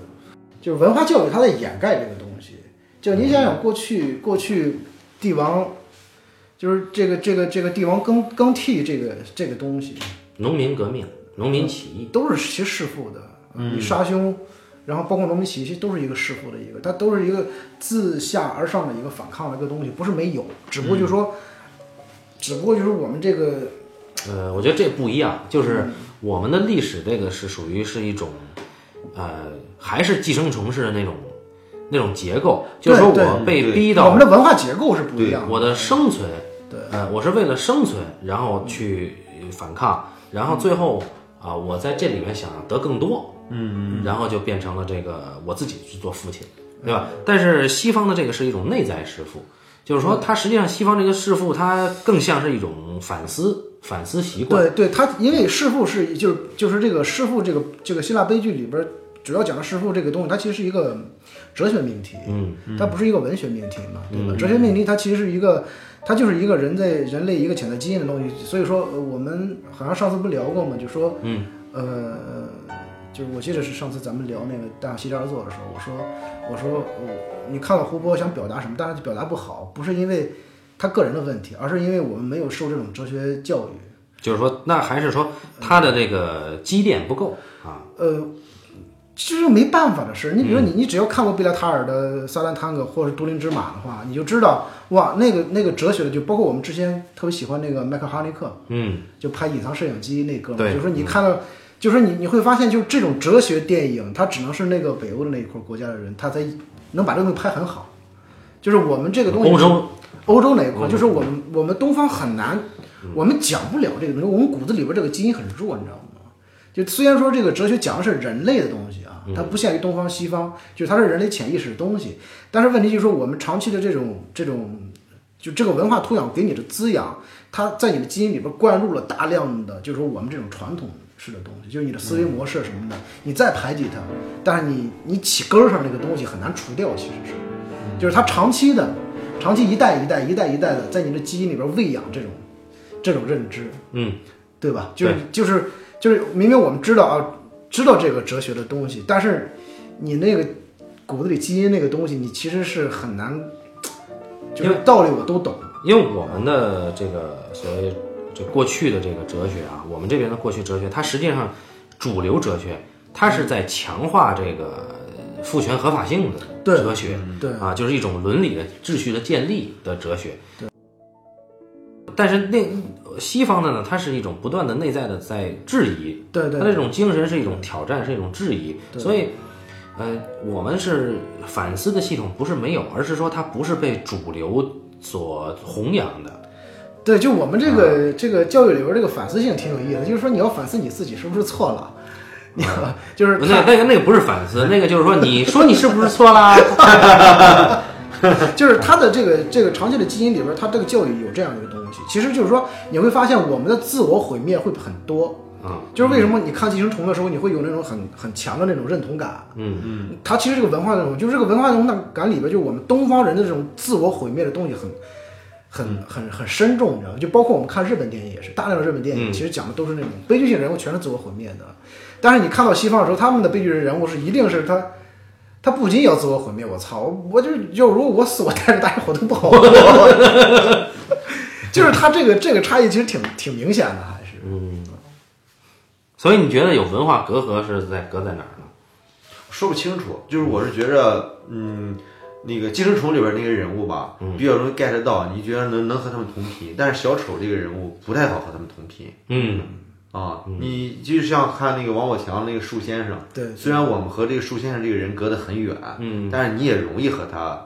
[SPEAKER 2] 就是文化教育它在掩盖这个东西。就你想想，过去过去帝王就是这个这个这个帝王更更替这个这个东西，
[SPEAKER 1] 农民革命、农民起义，
[SPEAKER 2] 都是其实弑父的，
[SPEAKER 1] 嗯
[SPEAKER 2] 你杀兄，然后包括农民起义，其实都是一个弑父的一个，它都是一个自下而上的一个反抗的一个东西，不是没有，只不过就是
[SPEAKER 1] 嗯
[SPEAKER 2] 说，只不过就是我们这个
[SPEAKER 1] 呃，我觉得这不一样，就是我们的历史这个是属于是一种，呃，还是寄生虫式的那种那种结构，就是说
[SPEAKER 2] 对
[SPEAKER 1] 我被
[SPEAKER 3] 对
[SPEAKER 1] 逼
[SPEAKER 2] 我
[SPEAKER 1] 到
[SPEAKER 2] 们的文化结构是不一样的。
[SPEAKER 1] 我的生存，
[SPEAKER 2] 对，
[SPEAKER 1] 呃，我是为了生存，然后去呃反抗，然后最后啊、我在这里面想得更多，嗯，然后就变成了这个我自己去做父亲，对吧？但是西方的这个是一种内在弑父，就是说，它实际上西方这个弑父，它更像是一种反思、反思习惯，
[SPEAKER 2] 对对，他因为弑父是就是就是这个弑父这个这个希腊悲剧里边儿主要讲的弑父这个东西，它其实是一个哲学命题，
[SPEAKER 1] 嗯，
[SPEAKER 2] 它不是一个文学命题嘛，对吧？哲学命题它其实是一个，它就是一个人在人类一个潜在基因的东西，所以说呃我们好像上次不聊过嘛，就说，
[SPEAKER 1] 嗯，
[SPEAKER 2] 呃，就是我记得是上次咱们聊那个大西扎尔座的时候，我说我说我你看到胡波想表达什么，但是表达不好，不是因为他个人的问题，而是因为我们没有受这种哲学教育。
[SPEAKER 1] 就是说，那还是说它的这个积淀不够啊，
[SPEAKER 2] 呃，这是没办法的事。你比
[SPEAKER 1] 嗯
[SPEAKER 2] 如你，你只要看过贝拉塔尔的《撒旦探戈》或者《都灵之马》的话，你就知道，哇，那个那个哲学的，就包括我们之前特别喜欢那个麦克哈尼克，
[SPEAKER 1] 嗯，
[SPEAKER 2] 就拍《隐藏摄影机》那哥们儿，
[SPEAKER 1] 对
[SPEAKER 2] 就是说你看到，就是你你会发现，就是这种哲学电影，它只能是那个北欧的那一块国家的人，他才能把这个东西拍很好。就是我们这个东西，
[SPEAKER 1] 欧洲
[SPEAKER 2] 欧洲那一块，就是我们我们东方很难，我们讲不了这个东西，我们骨子里边这个基因很弱，你知道吗？就虽然说这个哲学讲的是人类的东西啊，它不限于东方西方，就是它是人类潜意识的东西，但是问题就是说我们长期的这种这种，就这个文化土壤给你的滋养，它在你的基因里边灌入了大量的，就是说我们这种传统。式的东西，就是你的思维模式什么的，你再排挤它，但是你你起根儿上这个东西很难除掉，其实是，就是它长期的，长期一代一代一代一代的在你的基因里边喂养这种这种认知，
[SPEAKER 1] 嗯，
[SPEAKER 2] 对吧？就是就是就是，明明我们知道啊，知道这个哲学的东西，但是你那个骨子里基因那个东西，你其实是很难，就是道理我都懂，
[SPEAKER 1] 因为我们的这个所谓这过去的这个哲学啊，我们这边的过去哲学，它实际上主流哲学，它是在强化这个呃父权合法性的
[SPEAKER 2] 对
[SPEAKER 1] 哲学
[SPEAKER 2] 对
[SPEAKER 1] 啊，就是一种伦理的秩序的建立的哲学。但是那西方的呢，它是一种不断的内在的在质疑，
[SPEAKER 2] 对对
[SPEAKER 1] 它这种精神是一种挑战，是一种质疑，
[SPEAKER 2] 对
[SPEAKER 1] 所以。呃，我们是反思的系统不是没有，而是说它不是被主流所弘扬的。
[SPEAKER 2] 对，就我们这
[SPEAKER 1] 啊
[SPEAKER 2] 个、这个教育里边这个反思性挺有意思，就是说你要反思你自己是不是错了，你要就是
[SPEAKER 1] 那那个那个不是反思，那个就是说，你说你是不是错啦？
[SPEAKER 2] 就是他的这个这个长期的基因里边，他这个教育有这样一个东西。其实就是说，你会发现我们的自我毁灭会很多。
[SPEAKER 1] 啊，
[SPEAKER 2] 就是为什么你看《寄生虫》的时候，你会有那种很很强的那种认同感。
[SPEAKER 1] 嗯嗯，
[SPEAKER 2] 它其实这个文化那种，就是这个文化认同感里边，就是我们东方人的这种自我毁灭的东西很。很
[SPEAKER 1] 嗯
[SPEAKER 2] 很很深重，你知道吗？就包括我们看日本电影也是，大量的日本电影
[SPEAKER 1] 嗯
[SPEAKER 2] 其实讲的都是那种悲剧性人物全是自我毁灭的。但是你看到西方的时候，他们的悲剧人物是一定是他，他不仅要自我毁灭，我操，我就是就如果我死，我带着大家伙都不好 <laughs> 过。就是他这个这个差异其实挺挺明显的，还是
[SPEAKER 1] <laughs> 嗯所以你觉得有文化隔阂是在隔在哪儿呢？
[SPEAKER 3] 说不清楚，就是我是觉着，嗯，那个寄生虫里边那个人物吧，比较容易 get 到，你觉得能能和他们同频，但是小丑这个人物不太好和他们同频
[SPEAKER 1] 嗯，
[SPEAKER 3] 啊。你就像看那个王宝强那个树先生，
[SPEAKER 2] 对
[SPEAKER 3] 虽然我们和这个树先生这个人隔得很远，
[SPEAKER 1] 嗯，
[SPEAKER 3] 但是你也容易和他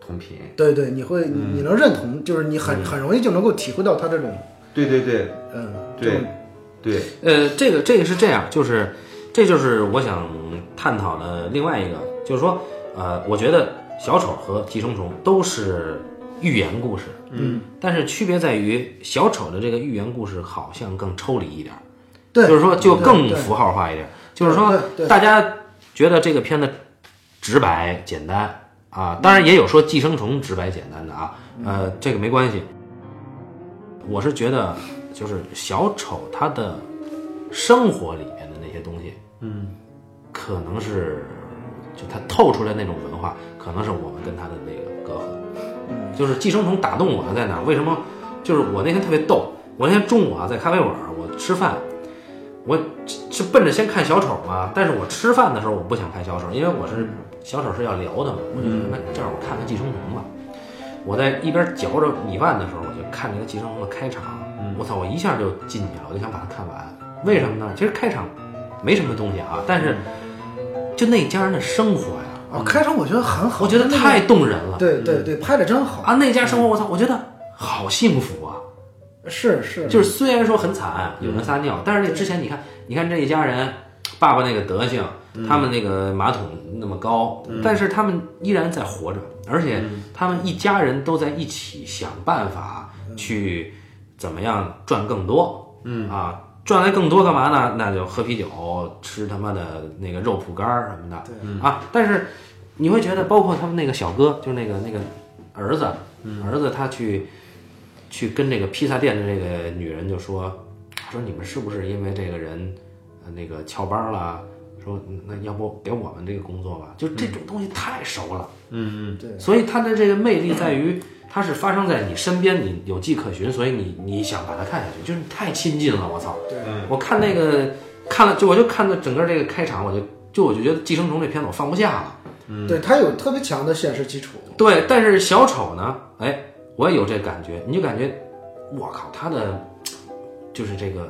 [SPEAKER 3] 同频。
[SPEAKER 2] 对对，你会你
[SPEAKER 1] 嗯
[SPEAKER 2] 你能认同，就是你很很容易就能够体会到他这种
[SPEAKER 3] 对对对
[SPEAKER 2] 嗯这
[SPEAKER 3] 对
[SPEAKER 2] 种
[SPEAKER 3] 对，
[SPEAKER 1] 呃，这个这个是这样，就是这就是我想探讨的另外一个，就是说，呃，我觉得小丑和寄生虫都是寓言故事，嗯，但是区别在于小丑的这个寓言故事好像更抽离一点儿，
[SPEAKER 2] 对，
[SPEAKER 1] 就是说就
[SPEAKER 2] 对
[SPEAKER 1] 更
[SPEAKER 2] 对
[SPEAKER 1] 符号化一点，就是说
[SPEAKER 2] 对对
[SPEAKER 1] 大家觉得这个片子直白简单啊，当然也有说寄生虫直白简单的啊，呃，这个没关系。我是觉得，就是小丑他的生活里面的那些东西，嗯，可能是就他透出来那种文化，可能是我们跟他的那个隔
[SPEAKER 2] 嗯
[SPEAKER 1] 阂。就是寄生虫打动我的在哪儿？为什么？就是我那天特别逗，我那天中午啊在咖啡馆儿，我吃饭，我是奔着先看小丑嘛，但是我吃饭的时候我不想看小丑，因为我是小丑是要聊的嘛，我就觉
[SPEAKER 2] 嗯
[SPEAKER 1] 得那这样我看看寄生虫吧。我在一边嚼着米饭的时候，我就看这个《寄生虫》的开场，
[SPEAKER 2] 嗯
[SPEAKER 1] 我操，我一下就进去了，我就想把它看完。为什么呢？其实开场没什么东西啊，但是
[SPEAKER 2] 嗯
[SPEAKER 1] 就那家人的生活呀，
[SPEAKER 2] 哦，开场我觉得很好，
[SPEAKER 1] 我觉得
[SPEAKER 2] 那个
[SPEAKER 1] 太动人了
[SPEAKER 2] 对对对，拍的真好，
[SPEAKER 1] 啊！那家生活，我操，我觉得好幸福啊！
[SPEAKER 2] 是是，
[SPEAKER 1] 就是虽然说很惨，有人撒尿，但是那之前你看，你看这一家人，爸爸那个德行，他们那个马桶那么高，但是他们依然在活着，而且他们一家人都在一起想办法去怎么样赚更多，嗯啊，赚来更多干嘛呢？那就喝啤酒，吃他妈的那个肉脯干儿什么的，啊，但是你会觉得，包括他们那个小哥，就是那个那个儿子，儿子他去。去跟这个披萨店的这个女人就说，说你们是不是因为这个人，呃，那个翘班了？说那要不给我们这个工作吧？就这种东西太熟了，
[SPEAKER 3] 嗯
[SPEAKER 2] 对
[SPEAKER 1] 所以它的这个魅力在于，它是发生在你身边，你有迹可循，所以你你想把它看下去，就是你太亲近了，我操！
[SPEAKER 2] 对
[SPEAKER 1] 我看那个看了就我就看到整个这个开场，我就就我就觉得《寄生虫》这片子我放不下了。
[SPEAKER 2] 对，它有特别强的现实基础，
[SPEAKER 1] 对，但是小丑呢，哎，我也有这感觉，你就感觉，我靠，他的就是这个，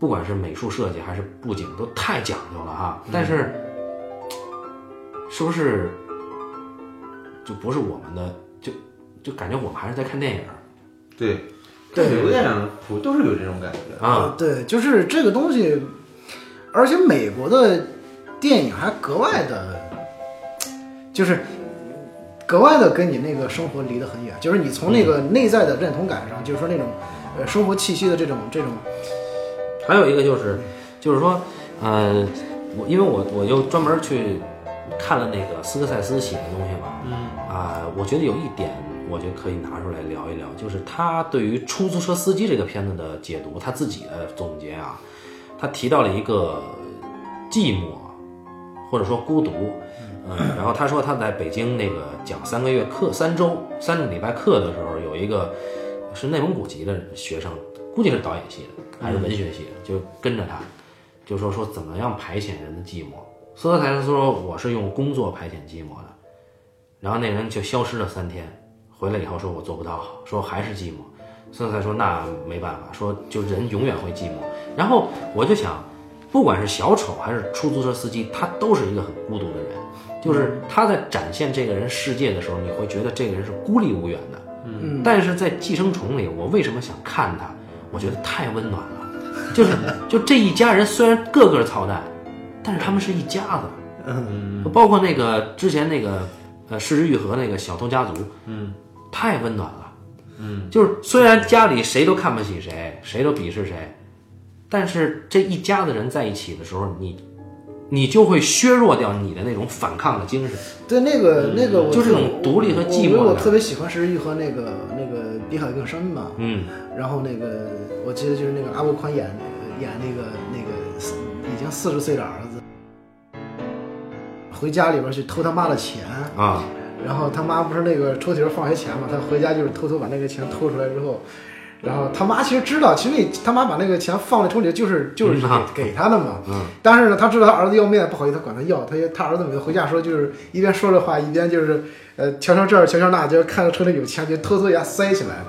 [SPEAKER 1] 不管是美术设计还是布景，都太讲究了哈。但是，是不是就不是我们的？就就感觉我们还是在看电影儿啊
[SPEAKER 3] 对
[SPEAKER 2] 对
[SPEAKER 3] 有点普都是有这种感觉。
[SPEAKER 1] 啊？
[SPEAKER 2] 呃对，就是这个东西，而且美国的电影还格外的，就是格外的跟你那个生活离得很远，就是你从那个
[SPEAKER 1] 嗯
[SPEAKER 2] 内在的认同感上，就是说那种呃生活气息的这种这种，
[SPEAKER 1] 还有一个就是，就是说，呃，我因为我我又专门去看了那个斯科塞斯写的东西嘛，嗯啊、我觉得有一点，我觉得可以拿出来聊一聊，就是他对于《出租车司机》这个片子的解读，他自己的总结啊，他提到了一个寂寞或者说孤独，嗯，然后他说他在北京那个讲三个月课、三周、三个礼拜课的时候，有一个是内蒙古籍的学生，估计是导演系的还是文学系的，就跟着他，就说说怎么样排遣人的寂寞。斯科塞斯说我是用工作排遣寂寞的，然后那人就消失了三天，回来以后说我做不到，说还是寂寞。斯科塞斯说那没办法，说就人永远会寂寞。然后我就想，不管是小丑还是出租车司机，他都是一个很孤独的人，就是他在展现这个人世界的时候，你会觉得这个人是孤立无援的。
[SPEAKER 2] 嗯，
[SPEAKER 1] 但是在《寄生虫》里，我为什么想看他？我觉得太温暖了，就是 <laughs> 就这一家人虽然个个操蛋，但是他们是一家子，嗯，包括那个之前那个呃《失之愈合》那个小偷家族，嗯，太温暖了，嗯，就是虽然家里谁都看不起谁，谁都鄙视谁，但是这一家子人在一起的时候，你你就会削弱掉你的那种反抗的精神，
[SPEAKER 2] 对那个那个我
[SPEAKER 1] 嗯就这种独立和寂
[SPEAKER 2] 我
[SPEAKER 1] 寞
[SPEAKER 2] 我
[SPEAKER 1] 感
[SPEAKER 2] 特别喜欢石玉和那个那个比海更深嘛，
[SPEAKER 1] 嗯，
[SPEAKER 2] 然后那个我记得就是那个阿波宽演呃演那个那个四已经四十岁的儿子，回家里边去偷他妈的钱，
[SPEAKER 1] 啊，
[SPEAKER 2] 然后他妈不是那个抽屉里边放学钱嘛，他回家就是偷偷把那个钱偷出来之后，然后他妈其实知道，其实你他妈把那个钱放在抽屉里就是就是给、
[SPEAKER 1] 嗯啊
[SPEAKER 2] 给他的嘛，
[SPEAKER 1] 嗯
[SPEAKER 2] 但是呢，他知道他儿子要面子，不好意思管他要，他也他儿子每次回家说就是一边说着话，一边就是呃瞧瞧这儿瞧瞧那，就看着车里有钱就偷偷给他塞起来。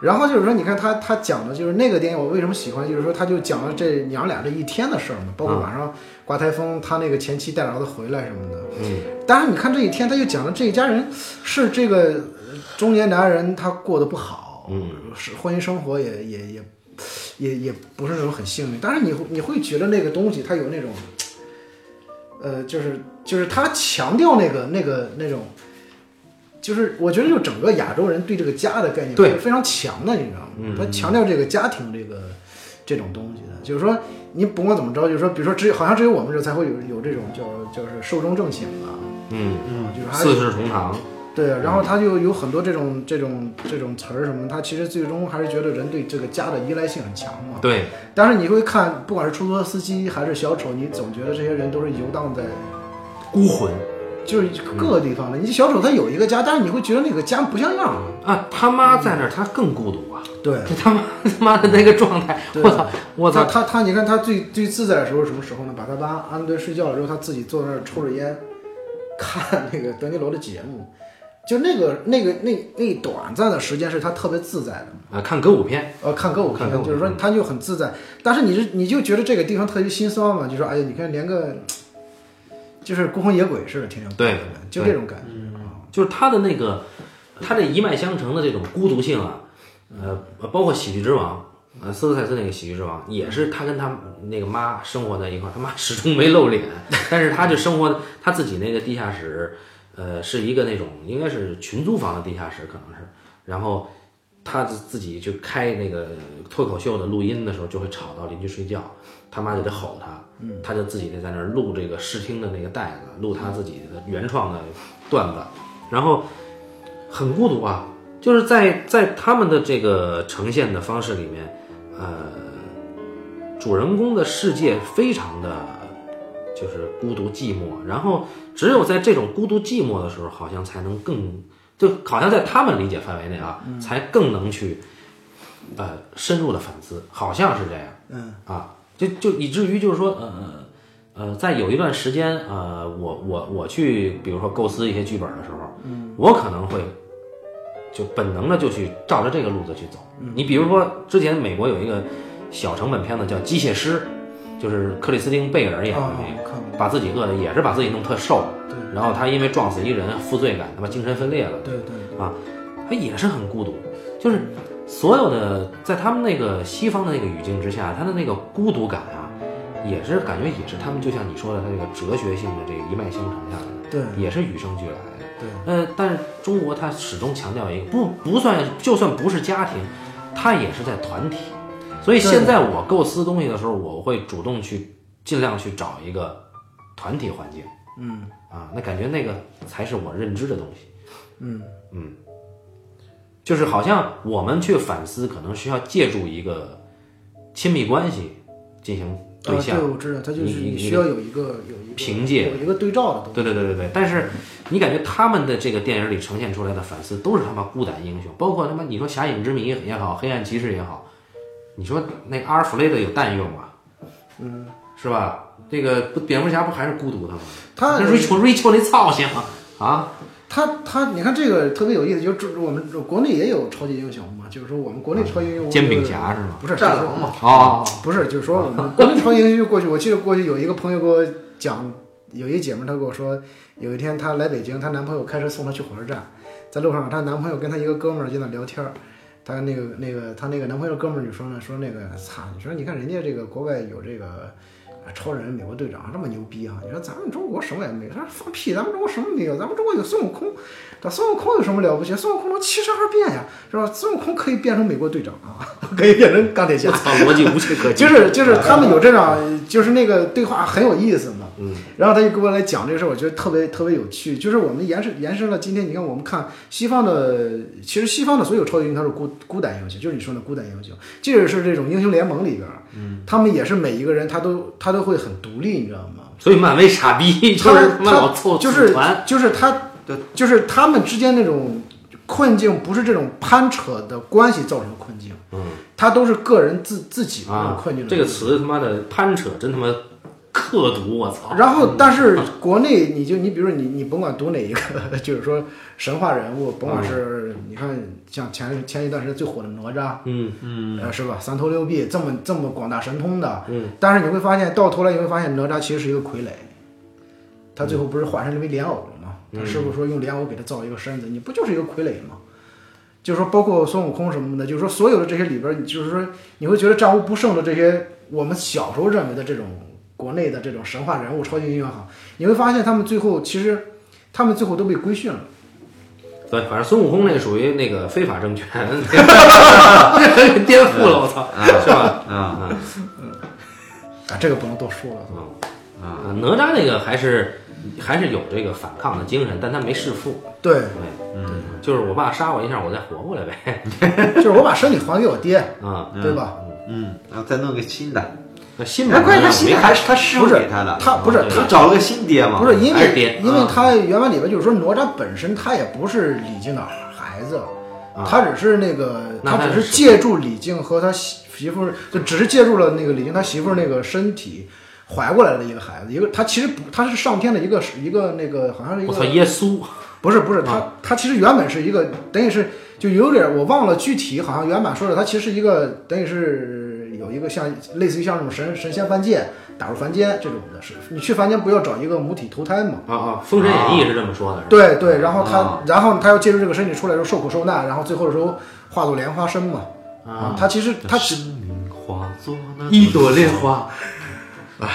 [SPEAKER 2] 然后就是说，你看他他讲的就是那个电影，我为什么喜欢，就是说他就讲了这娘俩这一天的事儿嘛，包括晚上刮台风，他那个前妻带着儿子回来什么的。
[SPEAKER 1] 嗯，
[SPEAKER 2] 当然你看这一天，他就讲了这一家人是这个呃中年男人他过得不好，
[SPEAKER 1] 嗯，
[SPEAKER 2] 是婚姻生活也也也也也不是那种很幸运，但是你会你会觉得那个东西它有那种，呃，就是就是他强调那个那个那种，就是我觉得就整个亚洲人对这个家的概念
[SPEAKER 1] 对
[SPEAKER 2] 是非常强的，你知道吗？他强调这个家庭这个这种东西的，就是说你不管怎么着，就是说比如说只有好像只有我们这儿才会有有这种叫就是寿终正寝吧，
[SPEAKER 1] 嗯。
[SPEAKER 2] 嗯，就是还
[SPEAKER 1] 四世同堂，
[SPEAKER 2] 对啊，然后他就有很多这种这种这种词儿什么，他其实最终还是觉得人对这个家的依赖性很强嘛。
[SPEAKER 1] 对，
[SPEAKER 2] 但是你会看，不管是出租车司机还是小丑，你总觉得这些人都是游荡在
[SPEAKER 1] 孤魂
[SPEAKER 2] 就是各个地方的。你小丑他有一个家，但是你会觉得那个家不像样儿。
[SPEAKER 1] 啊，他妈在那儿，他更孤独啊！
[SPEAKER 2] 对，
[SPEAKER 1] 他妈他妈的那个状态，
[SPEAKER 2] 对
[SPEAKER 1] 我操，我
[SPEAKER 2] 他
[SPEAKER 1] 操，
[SPEAKER 2] 他他，你看他最最自在的时候是什么时候呢？把他爸安顿睡觉了之后，他自己坐在那儿抽着烟，看那个德尼罗的节目。就那个那个那那短暂的时间是他特别自在的，
[SPEAKER 1] 啊，看歌舞片，
[SPEAKER 2] 呃，看歌舞
[SPEAKER 1] 看歌舞
[SPEAKER 2] 片，就是说他就很自在。但是你是你就觉得这个地方特别心酸嘛？就说哎呀，你看连个就是孤魂野鬼似的，天天
[SPEAKER 1] 对
[SPEAKER 2] 过着呢就这种感觉。啊
[SPEAKER 1] 就是他的那个，他这一脉相承的这种孤独性啊，呃，包括《喜剧之王》，呃，斯科塞斯那个《喜剧之王》也是他跟他那个妈生活在一块儿，他妈始终没露脸，但是他就生活他自己那个地下室，呃，是一个那种应该是群租房的地下室，可能是，然后。他自己就开那个脱口秀的录音的时候，就会吵到邻居睡觉，他妈就得吼他，他就自己得在那儿录这个试听的那个带子，录他自己的原创的段子，然后很孤独啊，就是在在他们的这个呈现的方式里面，呃，主人公的世界非常的就是孤独寂寞，然后只有在这种孤独寂寞的时候，好像才能更就好像在他们理解范围内啊，才更能去呃深入的反思，好像是这样，嗯啊，就就以至于就是说呃。呃，在有一段时间，呃，我我我去，比如说构思一些剧本的时候，嗯，我可能会就本能的就去照着这个路子去走。你比如说，之前美国有一个小成本片子叫《机械师》，就是克里斯汀贝尔演的
[SPEAKER 2] 啊
[SPEAKER 1] 那个，
[SPEAKER 2] 我看过
[SPEAKER 1] 把自己饿的也是把自己弄特瘦，
[SPEAKER 2] 对
[SPEAKER 1] 然后他因为撞死一人，负罪感，他妈精神分裂了，
[SPEAKER 2] 对对
[SPEAKER 1] 啊，他也是很孤独，就是所有的在他们那个西方的那个语境之下，他的那个孤独感啊，也是感觉也是他们就像你说的，他这个哲学性的这个一脉相承下来
[SPEAKER 2] 对
[SPEAKER 1] 的，也是与生俱来的。
[SPEAKER 2] 对
[SPEAKER 1] 呃，但是中国它始终强调一个不不算，就算不是家庭，它也是在团体。所以
[SPEAKER 2] 对
[SPEAKER 1] 现在我构思东西的时候，我会主动去尽量去找一个团体环境。嗯，啊，那感觉那个才是我认知的东西。
[SPEAKER 2] 嗯
[SPEAKER 1] 嗯，就是好像我们去反思，可能需要借助一个亲密关系进行对
[SPEAKER 2] 啊，
[SPEAKER 1] 象。
[SPEAKER 2] 对，我知道，他就
[SPEAKER 1] 你
[SPEAKER 2] 是
[SPEAKER 1] 你
[SPEAKER 2] 你
[SPEAKER 1] 你
[SPEAKER 2] 需
[SPEAKER 1] 得
[SPEAKER 2] 要有一个有一个
[SPEAKER 1] 凭借
[SPEAKER 2] 有一个对照的东西。
[SPEAKER 1] 对对对对对，但是你感觉他们的这个电影里呈现出来的反思都是他妈孤胆英雄，包括他妈你说《侠影之谜》也好，《黑暗骑士》也好，你说那阿尔弗雷德有弹用吗？嗯，是吧？这个不蝙蝠侠不还是孤独的吗？
[SPEAKER 2] 他
[SPEAKER 1] 那 Rachel Rachel 那造型啊啊，
[SPEAKER 2] 他他，你看这个特别有意思，就是我们国内也有超级英雄嘛，就是说我们国内超级英雄
[SPEAKER 1] 煎饼侠是吗？
[SPEAKER 2] 不是
[SPEAKER 3] 战狼嘛，
[SPEAKER 2] <laughs>
[SPEAKER 1] 哦，
[SPEAKER 2] 不是，就是说我们国内超级英雄就过去，我记得过去有一个朋友给我讲，有一姐们儿她跟我说，有一天她来北京，她男朋友开车送她去火车站，在路上她男朋友跟她一个哥们儿就在那聊天儿。她那个那个她那个男朋友的哥们儿就说呢，说那个操，你说你看人家这个国外有这个呃超人、美国队长这么牛逼啊，你说咱们中国什么也没有，他说放屁，咱们中国什么没有，咱们中国有孙悟空，这孙悟空有什么了不起？孙悟空能七十二变呀，是吧？孙悟空可以变成美国队长啊，可以变成钢铁侠
[SPEAKER 1] 我。操，逻辑无懈可击。
[SPEAKER 2] 就是就是他们有这种，就是那个对话很有意思嘛。
[SPEAKER 1] 嗯，
[SPEAKER 2] 然后他就跟我来讲这个事儿，我觉得特别特别有趣。就是我们延伸延伸了今天，你看我们看西方的，其实西方的所有超级英雄他是孤孤胆英雄，就是你说的孤胆英雄，即使是这种英雄联盟里边，嗯，他们也是每一个人他都他都会很独立，你知道吗？
[SPEAKER 1] 所以漫威傻逼，
[SPEAKER 2] 他
[SPEAKER 1] 就是他妈
[SPEAKER 2] 他
[SPEAKER 1] 老凑
[SPEAKER 2] 就是
[SPEAKER 1] 组团，
[SPEAKER 2] 就是他
[SPEAKER 3] 对，
[SPEAKER 2] 就是他们之间那种困境，不是这种攀扯的关系造成的困境，
[SPEAKER 1] 嗯
[SPEAKER 2] 他都是个人自自己的那种
[SPEAKER 1] 啊
[SPEAKER 2] 困境，的
[SPEAKER 1] 这个
[SPEAKER 2] 东西
[SPEAKER 1] 词他妈的攀扯真他妈刻毒，我操！
[SPEAKER 2] 然后，但是国内你就你比如你你甭管读哪一个， <laughs> 就是说神话人物，甭管是你看像前前一段时间最火的哪吒，
[SPEAKER 1] 嗯
[SPEAKER 2] 呃是吧？三头六臂这么这么广大神通的，
[SPEAKER 1] 嗯，
[SPEAKER 2] 但是你会发现到头来你会发现哪吒其实是一个傀儡，他最后不是化身为莲藕了吗？他师傅说用莲藕给他造一个身子，你不就是一个傀儡吗？就是说，包括孙悟空什么的，就是说所有的这些里边，你就是说你会觉得战无不胜的这些我们小时候认为的这种国内的这种神话人物、超级英雄也好，你会发现他们最后其实他们最后都被规训了。
[SPEAKER 1] 对，反正孙悟空那属于那个非法政权， <laughs> 颠覆了，我操，是吧？
[SPEAKER 3] 啊
[SPEAKER 2] 啊，这个不能多说了。
[SPEAKER 1] 啊，哪吒那个还是还是有这个反抗的精神，但他没弑父。
[SPEAKER 2] 对，
[SPEAKER 1] 对，嗯，就是我爸杀我一下，我再活过来呗。
[SPEAKER 2] 就是我把身体还给我爹，
[SPEAKER 1] 啊，
[SPEAKER 2] 对吧？
[SPEAKER 3] 嗯，然后再弄个新的，
[SPEAKER 1] <laughs> 那新版
[SPEAKER 3] 哎，
[SPEAKER 1] 的
[SPEAKER 3] 关键他
[SPEAKER 1] 没
[SPEAKER 3] 新的
[SPEAKER 1] 看
[SPEAKER 3] 还是他师
[SPEAKER 2] 不
[SPEAKER 3] 傅
[SPEAKER 2] 是
[SPEAKER 3] 给他的，
[SPEAKER 2] 他不是
[SPEAKER 1] 对
[SPEAKER 3] 他找了个新爹嘛，
[SPEAKER 2] 不是因
[SPEAKER 1] 啊还是爹
[SPEAKER 2] 为，因为
[SPEAKER 3] 啊
[SPEAKER 2] 他原版里边就是说哪吒本身他也不是李靖的孩子，
[SPEAKER 1] 啊
[SPEAKER 2] 他只是那个
[SPEAKER 1] 那
[SPEAKER 2] 他
[SPEAKER 1] 他
[SPEAKER 2] 只
[SPEAKER 1] 是
[SPEAKER 2] 是借助李靖和他媳媳妇儿，就只是借助了那个李靖他媳妇儿那个身体怀过来的一个孩子，一个他其实不他是上天的一个一个那个好像是一
[SPEAKER 1] 我操，
[SPEAKER 2] 个
[SPEAKER 1] 耶稣
[SPEAKER 2] 不是不
[SPEAKER 1] 啊
[SPEAKER 2] 是他他其实原本是一个等于是就有点我忘了具体，好像原版说的他其实是一个等于是有一个像类似于像这种神神仙犯界打入凡间这种的是，你去凡间不要找一个母体投胎吗？
[SPEAKER 1] 啊啊，《封神演义》是这么说的，是吧
[SPEAKER 2] 对对，然后他，
[SPEAKER 3] 啊
[SPEAKER 2] 然后他又借助这个身体出来之后受苦受难，然后最后的时候化作莲花身嘛。啊，他其实他
[SPEAKER 3] 生命化作那
[SPEAKER 1] 一朵莲花，
[SPEAKER 2] 啊，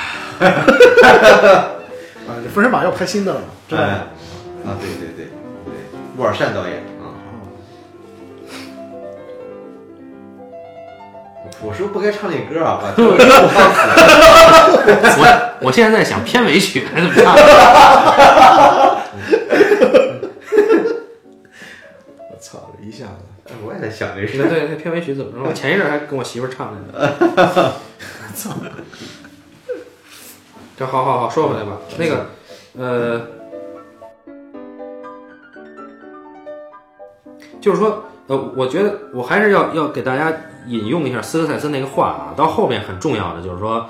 [SPEAKER 2] 封神榜要拍新的了嘛，
[SPEAKER 3] 对，
[SPEAKER 2] 对吧？
[SPEAKER 3] 啊，对对对对，沃尔善导演啊。我说不该唱那歌啊，把这个我放死了。 <laughs>
[SPEAKER 1] 我我现在在想片尾曲还怎么唱，
[SPEAKER 2] 我操，一下子，
[SPEAKER 3] 哎我也在想这
[SPEAKER 1] 对
[SPEAKER 3] 事。
[SPEAKER 1] 对，那片尾曲怎么着？我前一阵还跟我媳妇儿唱来着。这好好好，说回来吧。那个，呃，就是说，呃，我觉得我还是要要给大家引用一下斯科塞斯那个话啊，到后面很重要的就是说，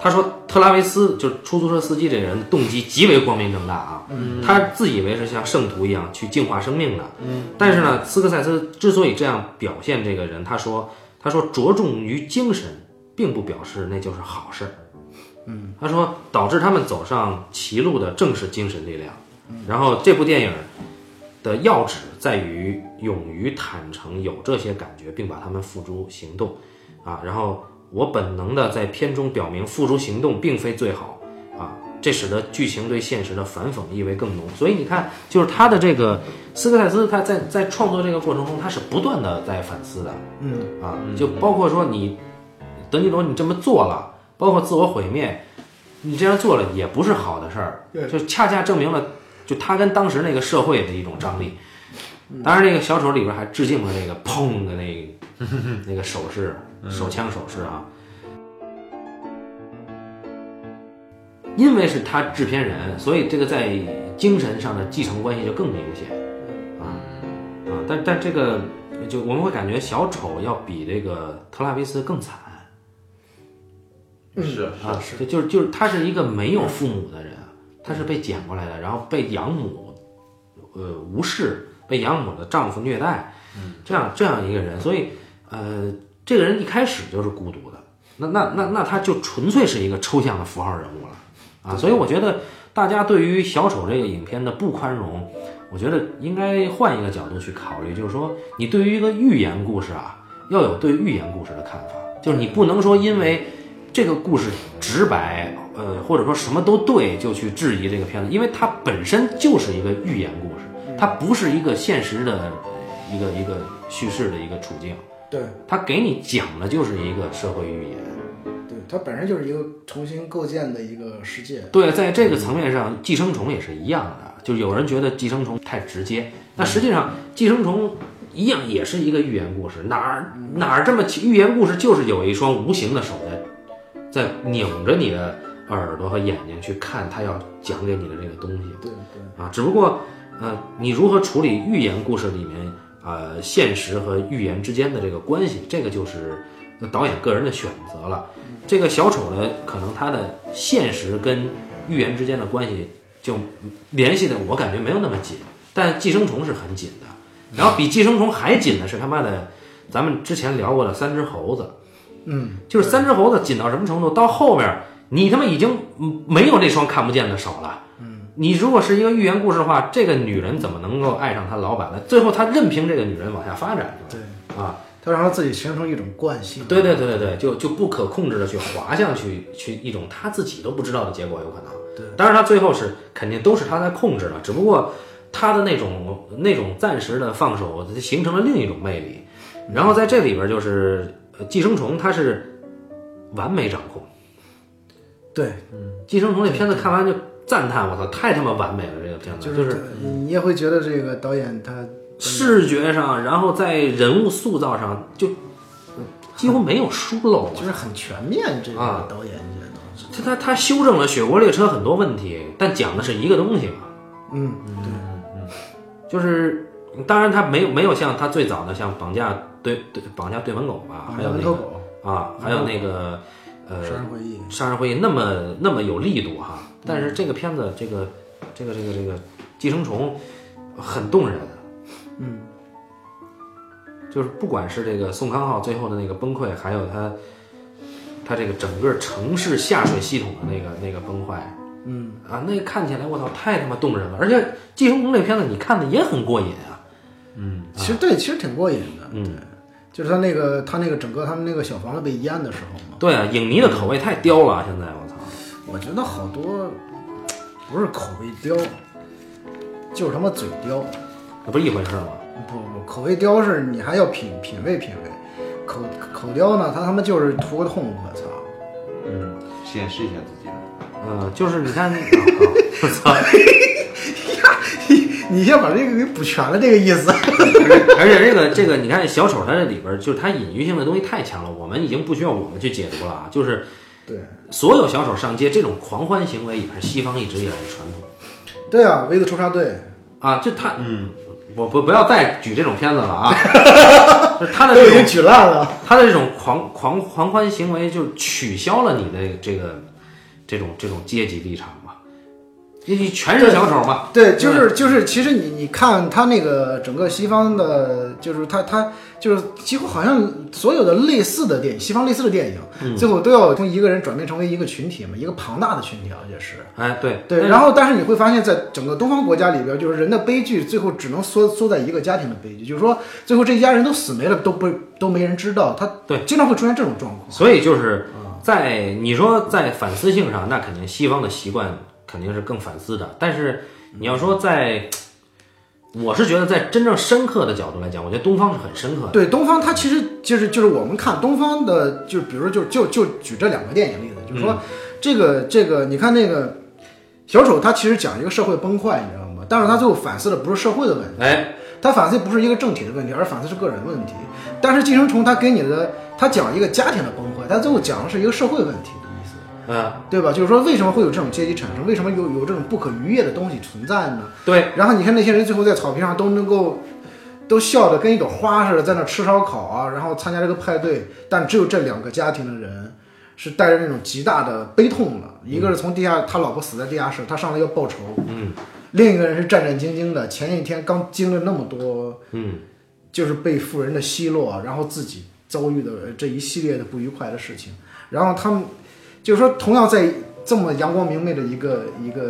[SPEAKER 1] 他说特拉维斯就是出租车司机这人动机极为光明正大啊，他自以为是像圣徒一样去净化生命的，但是呢，斯科塞斯之所以这样表现这个人，他说，他说着重于精神，并不表示那就是好事。嗯，他说导致他们走上歧路的正是精神力量。然后这部电影的要旨在于勇于坦诚有这些感觉，并把它们付诸行动。啊，然后我本能的在片中表明付诸行动并非最好。啊，这使得剧情对现实的反讽意味更浓。所以你看，就是他的这个斯科塞斯，他在在创作这个过程中，他是不断的在反思的
[SPEAKER 2] 嗯，
[SPEAKER 1] 啊，就包括说你德尼罗你这么做了，包括自我毁灭，你这样做了也不是好的事儿，
[SPEAKER 2] 对
[SPEAKER 1] 就恰恰证明了就他跟当时那个社会的一种张力。当然，那个小丑里边还致敬了那个砰的那个那个手势，手枪手势啊。因为是他制片人，所以这个在精神上的继承关系就更明显，啊啊！但但这个就我们会感觉小丑要比这个特拉维斯更惨
[SPEAKER 3] 是
[SPEAKER 1] 啊，就就是就是他是一个没有父母的人，啊他是被捡过来的，然后被养母呃无视，被养母的丈夫虐待，
[SPEAKER 3] 嗯
[SPEAKER 1] 这样这样一个人，所以呃，这个人一开始就是孤独的，那那那那他就纯粹是一个抽象的符号人物了啊，所以我觉得大家对于小丑这个影片的不宽容，我觉得应该换一个角度去考虑，就是说你对于一个寓言故事啊，要有对寓言故事的看法，就是你不能说因为。这个故事直白，呃，或者说什么都对，就去质疑这个片子，因为它本身就是一个寓言故事，它不是一个现实的一个一个叙事的一个处境，
[SPEAKER 2] 对
[SPEAKER 1] 它给你讲的就是一个社会寓言。
[SPEAKER 2] 对，它本身就是一个重新构建的一个世界。
[SPEAKER 1] 对，在这个层面上，寄生虫也是一样的，就是有人觉得寄生虫太直接，那实际上寄生虫一样也是一个寓言故事，哪儿哪儿这么奇寓言故事就是有一双无形的手在在拧着你的耳朵和眼睛去看他要讲给你的这个东西。
[SPEAKER 2] 对对，
[SPEAKER 1] 啊，只不过，呃，你如何处理寓言故事里面呃现实和寓言之间的这个关系，这个就是导演个人的选择了。这个小丑的可能他的现实跟寓言之间的关系就联系的，我感觉没有那么紧，但寄生虫是很紧的。然后比寄生虫还紧的是他妈的，咱们之前聊过的三只猴子，
[SPEAKER 2] 嗯，
[SPEAKER 1] 就是三只猴子紧到什么程度？到后面你他妈已经嗯没有那双看不见的手了。嗯，你如果是一个寓言故事的话，这个女人怎么能够爱上她老板呢？最后她任凭这个女人往下发展
[SPEAKER 2] 对，
[SPEAKER 1] 啊！
[SPEAKER 2] 它让它自己形成一种惯性。
[SPEAKER 1] 对对对对对，就就不可控制的去滑向去去一种她自己都不知道的结果有可能。
[SPEAKER 2] 对，
[SPEAKER 1] 当然她最后是肯定都是她在控制的，只不过她的那种那种暂时的放手形成了另一种魅力。
[SPEAKER 2] 嗯
[SPEAKER 1] 然后在这里边就是呃寄生虫，它是完美掌控。
[SPEAKER 2] 对
[SPEAKER 1] 寄生虫这片子看完就赞叹，我操，太他妈完美了，这个片子
[SPEAKER 2] 就是
[SPEAKER 1] 就
[SPEAKER 2] 你你也会觉得这个导演他
[SPEAKER 1] 视觉上，然后在人物塑造上就
[SPEAKER 2] 嗯
[SPEAKER 1] 几乎没有疏漏。
[SPEAKER 2] 就是很全面，这个
[SPEAKER 1] 啊
[SPEAKER 2] 导演你觉得？
[SPEAKER 1] 就他他修正了《雪国列车》很多问题，但讲的是一个东西嘛，
[SPEAKER 2] 嗯，对，
[SPEAKER 3] 啊
[SPEAKER 1] 就是当然他没有没有像他最早的像绑架对对绑架对门狗吧，还有
[SPEAKER 2] 门
[SPEAKER 1] 那
[SPEAKER 2] 头
[SPEAKER 1] 个
[SPEAKER 2] 狗、
[SPEAKER 1] 啊，还有那个呃
[SPEAKER 2] 杀人回忆，
[SPEAKER 1] 杀人会那么那么有力度哈，但是这个片子这个这个这个这个寄生虫很动人，
[SPEAKER 2] 嗯，
[SPEAKER 1] 就是不管是这个宋康昊最后的那个崩溃，还有他他这个整个城市下水系统的那个那个崩坏，
[SPEAKER 2] 嗯
[SPEAKER 1] 啊，那个看起来我操太他妈动人了，而且寄生虫这片子你看的也很过瘾啊，
[SPEAKER 2] 其实对，其实挺过瘾的，
[SPEAKER 1] 嗯
[SPEAKER 2] 对，就是他那个他那个整个他们那个小房子被淹的时候嘛，
[SPEAKER 1] 对啊，影迷的口味太刁了啊，现在我操，
[SPEAKER 2] 我觉得好多不是口味刁，就是他妈嘴刁。
[SPEAKER 1] 那不是一回事吗？
[SPEAKER 2] 不不，口味刁是你还要品品味品味，口口刁呢，他他妈就是图个痛快，操！ <laughs>
[SPEAKER 3] 嗯，显示一下自己的。
[SPEAKER 1] 嗯，就是你看， <laughs> 我操，
[SPEAKER 2] 你先把这个给补全了，这个意思。
[SPEAKER 1] 而且这个这个，你看小丑他这里边儿就是他隐喻性的东西太强了，我们已经不需要我们去解读了啊。就是
[SPEAKER 2] 对
[SPEAKER 1] 所有小丑上街这种狂欢行为也是西方一直以来的传统
[SPEAKER 2] 对啊，围子仇杀队，
[SPEAKER 1] 啊。就他，嗯，我不不要再举这种片子了啊。就是他的
[SPEAKER 2] 都
[SPEAKER 1] 这
[SPEAKER 2] <laughs> 已经
[SPEAKER 1] 种
[SPEAKER 2] 举烂了。
[SPEAKER 1] 他的这种狂狂狂欢行为，就取消了你的这个这种这种阶级立场嘛。你你全是小丑嘛？
[SPEAKER 2] 对，就是就是，其实你你看他那个整个西方的，就是他他就是几乎好像所有的类似的电影，西方类似的电影，最后都要从一个人转变成为一个群体嘛，一个庞大的群体，好像是。
[SPEAKER 1] 哎，对
[SPEAKER 2] 对，然后但是你会发现在整个东方国家里边，就是人的悲剧最后只能缩缩在一个家庭的悲剧，就是说最后这一家人都死没了，都不都没人知道，他
[SPEAKER 1] 对
[SPEAKER 2] 经常会出现这种状况。
[SPEAKER 1] 所以就是在你说在反思性上，那肯定西方的习惯肯定是更反思的。但是你要说在，我是觉得在真正深刻的角度来讲，我觉得东方是很深刻的。
[SPEAKER 2] 对，东方它其实就是就是我们看东方的，就比如说就就就举这两个电影例子，就是说这个这个，你看那个小丑，他其实讲一个社会崩坏，你知道吗？但是他最后反思的不是社会的问题，
[SPEAKER 1] 哎，
[SPEAKER 2] 他反思不是一个政体的问题，而反思是个人问题。但是寄生虫，他给你的他讲一个家庭的崩坏，他最后讲的是一个社会问题的意思。
[SPEAKER 1] 嗯，
[SPEAKER 2] 对吧？就是说，为什么会有这种阶级产生？为什么有有这种不可逾越的东西存在呢？
[SPEAKER 1] 对，
[SPEAKER 2] 然后你看那些人最后在草坪上都能够，都笑得跟一朵花似的，在那吃烧烤啊，然后参加这个派对。但只有这两个家庭的人是带着那种极大的悲痛的，一个是从地下，他老婆死在地下室，他上来要报仇；
[SPEAKER 1] 嗯
[SPEAKER 2] 另一个人是战战兢兢的，前一天刚经历了那么多，
[SPEAKER 1] 嗯，
[SPEAKER 2] 就是被富人的奚落，啊然后自己遭遇的这一系列的不愉快的事情。然后他们就是说，同样在这么阳光明媚的一个一个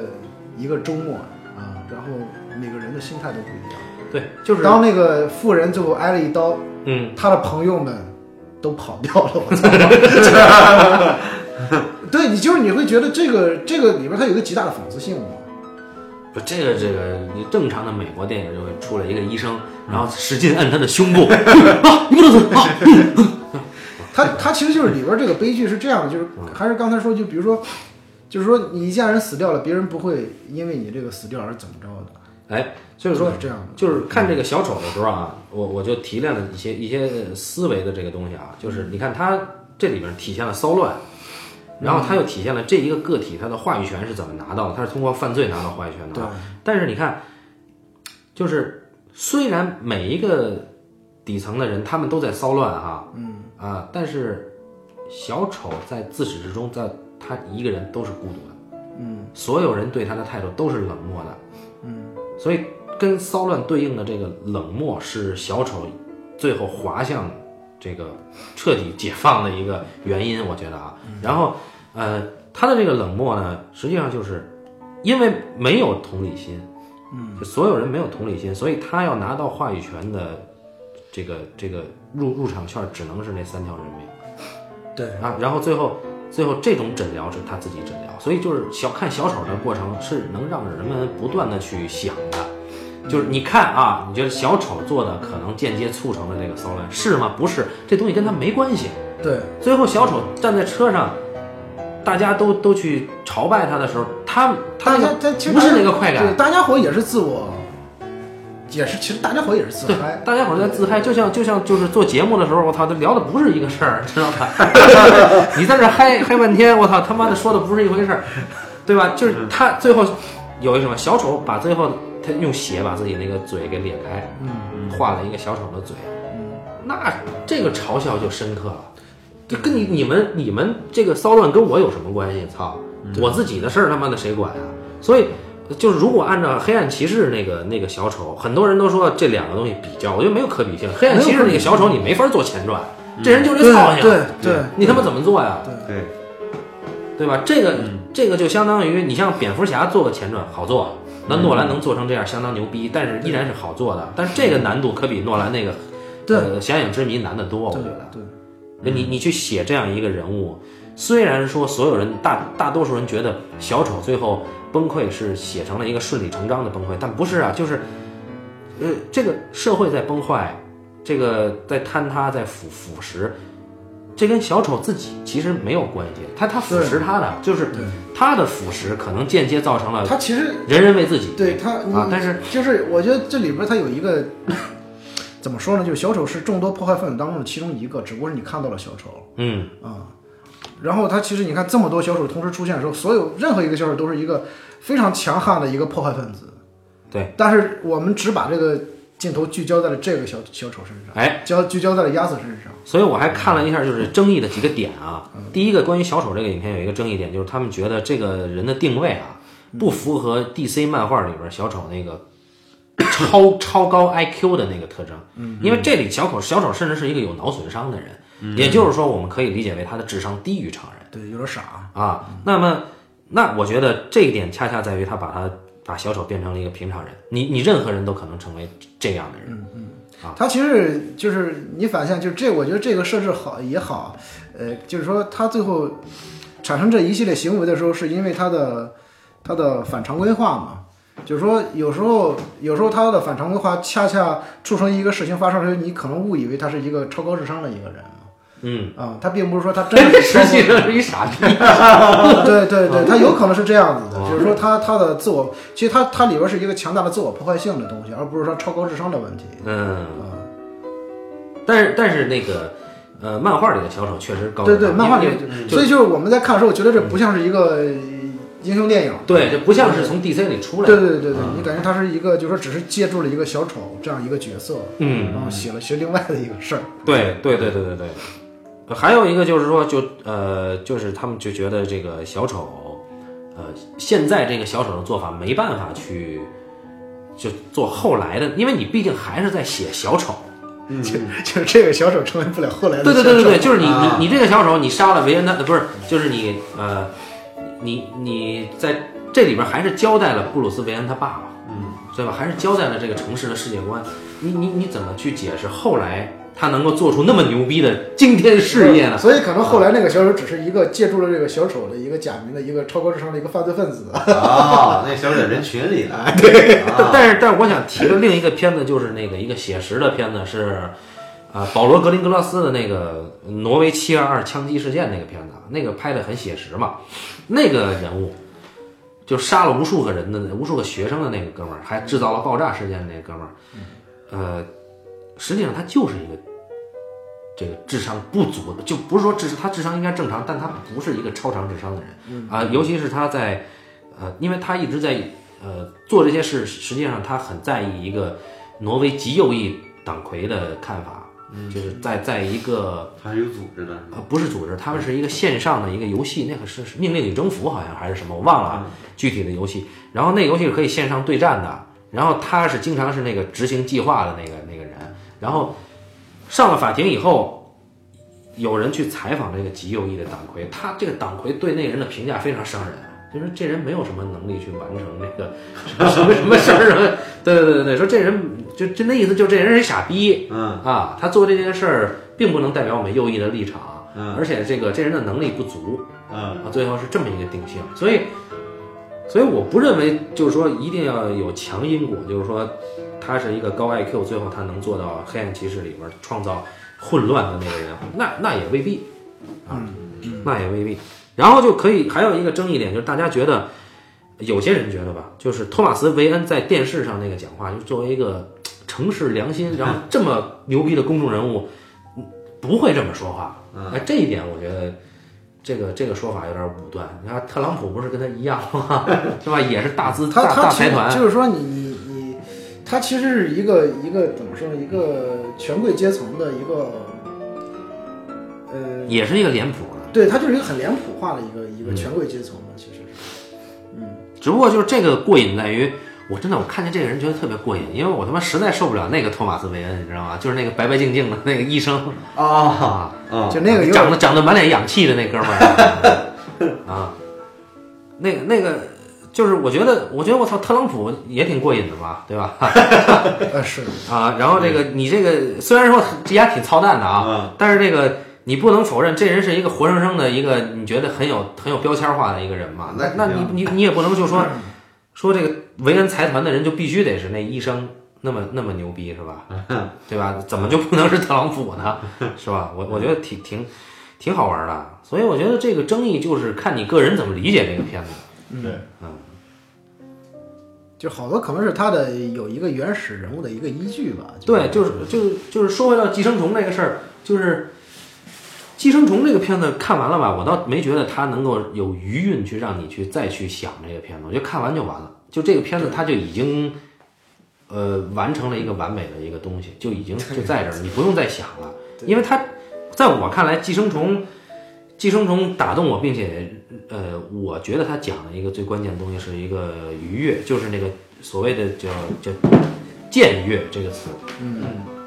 [SPEAKER 2] 一个周末啊，然后每个人的心态都不一样。
[SPEAKER 1] 对，就是
[SPEAKER 2] 当那个富人最后挨了一刀，
[SPEAKER 1] 嗯，
[SPEAKER 2] 他的朋友们都跑掉了，我操！ <laughs> 对你就是你会觉得这个这个里边它有一个极大的讽刺性嘛？
[SPEAKER 1] 不这个这个，你正常的美国电影就会出来一个医生，然后使劲摁他的胸部， <laughs> 啊，你不能死啊！
[SPEAKER 2] 它它其实就是里边这个悲剧是这样的，就是
[SPEAKER 1] 嗯
[SPEAKER 2] 还是刚才说，就比如说，就是说你一家人死掉了，别人不会因为你这个死掉而怎么着的，
[SPEAKER 1] 哎，所以说
[SPEAKER 2] 是这样的。
[SPEAKER 1] 就是看这个小丑的时候啊，我我就提炼了一些一些呃思维的这个东西啊，就是你看他这里边体现了骚乱，然后他又体现了这一个个体他的话语权是怎么拿到的，他是通过犯罪拿到话语权的
[SPEAKER 2] 对
[SPEAKER 1] 啊。但是你看，就是虽然每一个底层的人他们都在骚乱哈、嗯啊，但是小丑在自始至终，在他一个人都是孤独的。
[SPEAKER 2] 嗯
[SPEAKER 1] 所有人对他的态度都是冷漠的，嗯，所以跟骚乱对应的这个冷漠是小丑最后滑向这个彻底解放的一个原因，我觉得啊。然后，呃，他的这个冷漠呢，实际上就是因为没有同理心，嗯，所有人没有同理心，所以他要拿到话语权的这个这个入入场券只能是那三条人命。
[SPEAKER 2] 对
[SPEAKER 1] 啊，然后最后最后这种诊疗是他自己诊疗，所以就是小看小丑的过程是能让人们不断的去想的，就是你看啊，你觉得小丑做的可能间接促成了这个骚乱是吗？不是，这东西跟他没关系。
[SPEAKER 2] 对
[SPEAKER 1] 最后小丑站在车上，大家都都去朝拜他的时候，他他他
[SPEAKER 2] 大
[SPEAKER 1] 那
[SPEAKER 2] 家
[SPEAKER 1] 个
[SPEAKER 2] 他其实
[SPEAKER 1] 不是
[SPEAKER 2] 大家
[SPEAKER 1] 那个快
[SPEAKER 2] 对，
[SPEAKER 1] 感，
[SPEAKER 2] 大家伙也是自我，也是其实大家伙也是自
[SPEAKER 1] 对
[SPEAKER 2] 嗨，，
[SPEAKER 1] 大家伙儿在自嗨，就像就像就是做节目的时候，我操，他聊的不是一个事儿，知道
[SPEAKER 2] <laughs>
[SPEAKER 1] 吧？你在这嗨嗨半天，我操，他妈的说的不是一回事儿，对吧？就是
[SPEAKER 2] 嗯
[SPEAKER 1] 他最后有一什么小丑把最后他用血把自己那个嘴给裂开，嗯，画了一个小丑的嘴，那这个嘲笑就深刻了。这跟你你们你们这个骚乱跟我有什么关系？操，我自己的事儿他妈的谁管啊？所以就是如果按照黑暗骑士那个那个小丑，很多人都说这两个东西比较，我觉得没有可比性。嗯黑暗骑士那个小丑你没法做前传，这人就是
[SPEAKER 2] 对
[SPEAKER 1] 一操性，
[SPEAKER 2] 对对，
[SPEAKER 1] 你他妈怎么做呀？
[SPEAKER 3] <laughs> 对，
[SPEAKER 1] 对吧？这个、这个就相当于你像蝙蝠侠做个前传好做，那诺兰能做成这样相当牛逼，但是依然是好做的，但是这个难度可比诺兰那个
[SPEAKER 2] 对
[SPEAKER 1] 呃《侠影之谜》难得多，我觉
[SPEAKER 2] 对嗯
[SPEAKER 1] 得。
[SPEAKER 2] 对，
[SPEAKER 1] 那你你去写这样一个人物，虽然说所有人大大多数人觉得小丑最后崩溃是写成了一个顺理成章的崩溃，但不是啊，就是，呃，这个社会在崩坏，这个在坍塌，在腐腐蚀，这跟小丑自己其实没有关系，他他腐蚀他的，就是
[SPEAKER 2] 对
[SPEAKER 1] 他的腐蚀可能间接造成了
[SPEAKER 2] 他其实
[SPEAKER 1] 人人为自己，
[SPEAKER 2] 对嗯他你
[SPEAKER 1] 呃啊但是
[SPEAKER 2] 就是我觉得这里边他有一个怎么说呢，就是小丑是众多破坏分子当中的其中一个，只不过是你看到了小丑。
[SPEAKER 1] 嗯，
[SPEAKER 2] 然后他其实你看这么多小丑同时出现的时候，所有任何一个小丑都是一个非常强悍的一个破坏分子。
[SPEAKER 1] 对，
[SPEAKER 2] 但是我们只把这个镜头聚焦在了这个小小丑身上，
[SPEAKER 1] 哎。
[SPEAKER 2] 焦聚焦在了鸭子身上。
[SPEAKER 1] 所以我还看了一下，就是争议的几个点啊。第一个关于小丑这个影片有一个争议点，就是他们觉得这个人的定位啊不符合 DC 漫画里边小丑那个超 <coughs> 超高 IQ 的那个特征，因为这里小丑小丑甚至是一个有脑损伤的人，也就是说我们可以理解为他的智商低于常人。
[SPEAKER 2] 对，有点傻。
[SPEAKER 1] 啊。那么，那我觉得这一点恰恰在于他把他把小丑变成了一个平常人，你你任何人都可能成为这样的人。
[SPEAKER 2] 他其实就是你反向，就是这，我觉得这个设置好也好，呃，就是说他最后产生这一系列行为的时候，是因为他的他的反常规化嘛。就是说，有时候有时候他的反常规化恰恰促成一个事情发生的时候，你可能误以为他是一个超高智商的一个人嘛。
[SPEAKER 1] 嗯，
[SPEAKER 2] 啊、他并不是说他真的是
[SPEAKER 1] 实际上是一傻逼。
[SPEAKER 2] <laughs> 对对
[SPEAKER 1] 啊
[SPEAKER 2] 对，他有可能是这样子的，就是说他他的自我，其实他他里边是一个强大的自我破坏性的东西，而不是说超高智商的问题。啊
[SPEAKER 1] 嗯，但是但是那个呃，漫画里的小丑确实高智
[SPEAKER 2] 对
[SPEAKER 1] 商，
[SPEAKER 2] 对，漫画里
[SPEAKER 1] 因为，就
[SPEAKER 2] 所以就是我们在看的时候，我觉得这不像是一个呃英雄电影。
[SPEAKER 1] 对，这不像是从 DC 里出来
[SPEAKER 2] 对
[SPEAKER 1] 的。
[SPEAKER 2] 对对对，
[SPEAKER 1] 嗯
[SPEAKER 2] 你感觉他是一个，就是说只是借助了一个小丑这样一个角色，
[SPEAKER 1] 嗯，
[SPEAKER 2] 然后写了些另外的一个事儿。 <laughs>
[SPEAKER 1] 对对对对对对。还有一个就是说，就呃，就是他们就觉得这个小丑，呃，现在这个小丑的做法没办法去就做后来的，因为你毕竟还是在写小丑。
[SPEAKER 2] 就
[SPEAKER 3] 嗯
[SPEAKER 2] 就是这个小丑成为不了后来的
[SPEAKER 1] 对对
[SPEAKER 2] 小
[SPEAKER 1] 对对
[SPEAKER 2] 丑
[SPEAKER 1] 对，就是你
[SPEAKER 3] 啊
[SPEAKER 1] 你你这个小丑，你杀了维恩纳，呃不是，就是你呃，你你在这里边还是交代了布鲁斯维恩他爸爸，嗯，对吧？还是交代了这个城市的世界观。你你你怎么去解释后来他能够做出那么牛逼的惊天事业呢？
[SPEAKER 2] 所以可能后来那个小丑只是一个借助了这个小丑的一个假名的一个超高智商的一个犯罪分子。
[SPEAKER 3] <laughs> 啊，那小丑在人群里呢，对，
[SPEAKER 1] 但 <laughs> 但是但是我想提的另一个片子就是那个一个写实的片子是，啊，保罗格林格拉斯的那个挪威七二二枪击事件那个片子，啊那个拍的很写实嘛，那个人物就杀了无数个人的无数个学生的那个哥们儿，还制造了爆炸事件的那个哥们儿，呃，实际上他就是一个。这个智商不足的，就不是说智他智商应该正常，但他不是一个超常智商的人啊、尤其是他在，呃，因为他一直在呃，做这些事，实际上他很在意一个挪威极右翼党魁的看法，就是在在一个
[SPEAKER 3] 还是有组织的，
[SPEAKER 1] 呃不是组织，他们是一个线上的一个游戏，那个是是命令与征服好像还是什么，我忘了啊具体的游戏。然后那游戏是可以线上对战的，然后他是经常是那个执行计划的那个那个人，然后上了法庭以后。有人去采访这个极右翼的党魁，他这个党魁对那人的评价非常伤人，就说这人没有什么能力去完成那个什么什么什么事儿啊，对对对对对，说这人就就那意思，就这人是傻逼，
[SPEAKER 3] 嗯
[SPEAKER 1] 啊，他做这件事儿并不能代表我们右翼的立场，
[SPEAKER 3] 嗯
[SPEAKER 1] 而且这个这人的能力不足
[SPEAKER 3] 嗯，
[SPEAKER 1] 啊，最后是这么一个定性，所以，所以我不认为就是说一定要有强因果，就是说他是一个高 IQ，最后他能做到黑暗骑士里面创造混乱的那个人，那那也未必啊，那也未必。然后就可以还有一个争议点，就是大家觉得，有些人觉得吧，就是托马斯·韦恩在电视上那个讲话，就作为一个嘖城市良心，
[SPEAKER 2] <laughs>
[SPEAKER 1] 然后这么牛逼的公众人物，不会这么说话。
[SPEAKER 2] 嗯
[SPEAKER 1] 哎，这一点我觉得。这个这个说法有点武断，你看特朗普不是跟他一样吗？
[SPEAKER 2] <laughs>
[SPEAKER 1] 是吧？也是大资
[SPEAKER 2] 他
[SPEAKER 1] 大
[SPEAKER 2] 他
[SPEAKER 1] 大
[SPEAKER 2] 其
[SPEAKER 1] 财
[SPEAKER 2] 实
[SPEAKER 1] 团，
[SPEAKER 2] 就是说你你你，他其实是一个一个怎么说呢？一个权贵阶层的一个，呃，
[SPEAKER 1] 也嗯是一个脸谱的。
[SPEAKER 2] 对，他就是一个很脸谱化的一个一个权贵阶层的，其实是。嗯
[SPEAKER 1] 只不过就是这个过瘾在于，我真的我看见这个人觉得特别过瘾，因为我他妈实在受不了那个托马斯·韦恩，你知道吗？就是那个白白净净的那个医生
[SPEAKER 3] 啊
[SPEAKER 1] 啊，
[SPEAKER 3] 啊
[SPEAKER 2] 就那个有
[SPEAKER 1] 长
[SPEAKER 2] 点
[SPEAKER 1] 得长得满脸氧气的那哥们儿啊，那个那个就是我觉得，我觉得我操，特朗普也挺过瘾的嘛，对吧？
[SPEAKER 2] 呃是
[SPEAKER 1] 啊，然后这个你这个虽然说这家挺操蛋的啊，
[SPEAKER 3] 嗯
[SPEAKER 1] 但是这个你不能否认，这人是一个活生生的一个你觉得很有很有标签化的一个人嘛。那
[SPEAKER 3] 那
[SPEAKER 1] 那
[SPEAKER 3] 肯定
[SPEAKER 1] 你你你也不能就说说这个维恩财团的人就必须得是那医生那么那么牛逼是吧？对吧？怎么就不能是特朗普呢？是吧？我我觉得挺挺挺好玩的，所以我觉得这个争议就是看你个人怎么理解这个片子。
[SPEAKER 3] 对，
[SPEAKER 2] 嗯
[SPEAKER 1] 嗯
[SPEAKER 2] 就好多可能是他的有一个原始人物的一个依据吧。
[SPEAKER 1] 对，就是就是就是说回到寄生虫这个事儿，就是寄生虫这个片子看完了吧，我倒没觉得它能够有余韵去让你去再去想这个片子，我觉得看完就完了。就这个片子，它就已经呃完成了一个完美的一个东西，就已经就在这儿，你不用再想了，因为它在我看来，寄生虫。寄生虫打动我，并且，呃，我觉得它讲的一个最关键的东西是一个愉悦，就是那个所谓的叫叫僭越这个词，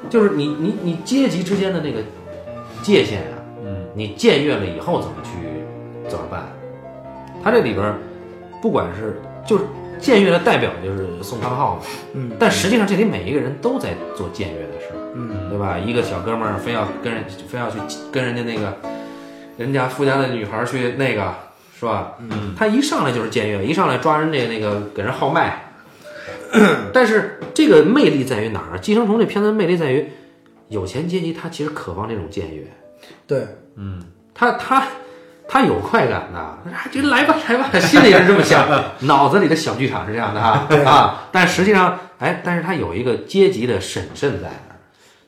[SPEAKER 1] 就是你你你阶级之间的那个界限呀、嗯，你僭越了以后怎么去怎么办？他这里边儿不管是就是僭越的代表就是宋康昊嘛，
[SPEAKER 2] 嗯，
[SPEAKER 1] 但实际上这里每一个人都在做僭越的事，嗯，对吧？一个小哥们儿非要跟人非要去跟人家那个人家富家的女孩儿去那个是吧？嗯，他一上来就是僭越，一上来抓人家那个给人号脉，但是这个魅力在于哪儿？《寄生虫》这片子的魅力在于，有钱阶级他其实渴望这种僭越，
[SPEAKER 2] 对，
[SPEAKER 1] 他他他有快感的，啊，就来吧来吧，心里是这么想，脑子里的小剧场是这样的啊啊，但实际上，哎，但是他有一个阶级的审慎在那儿，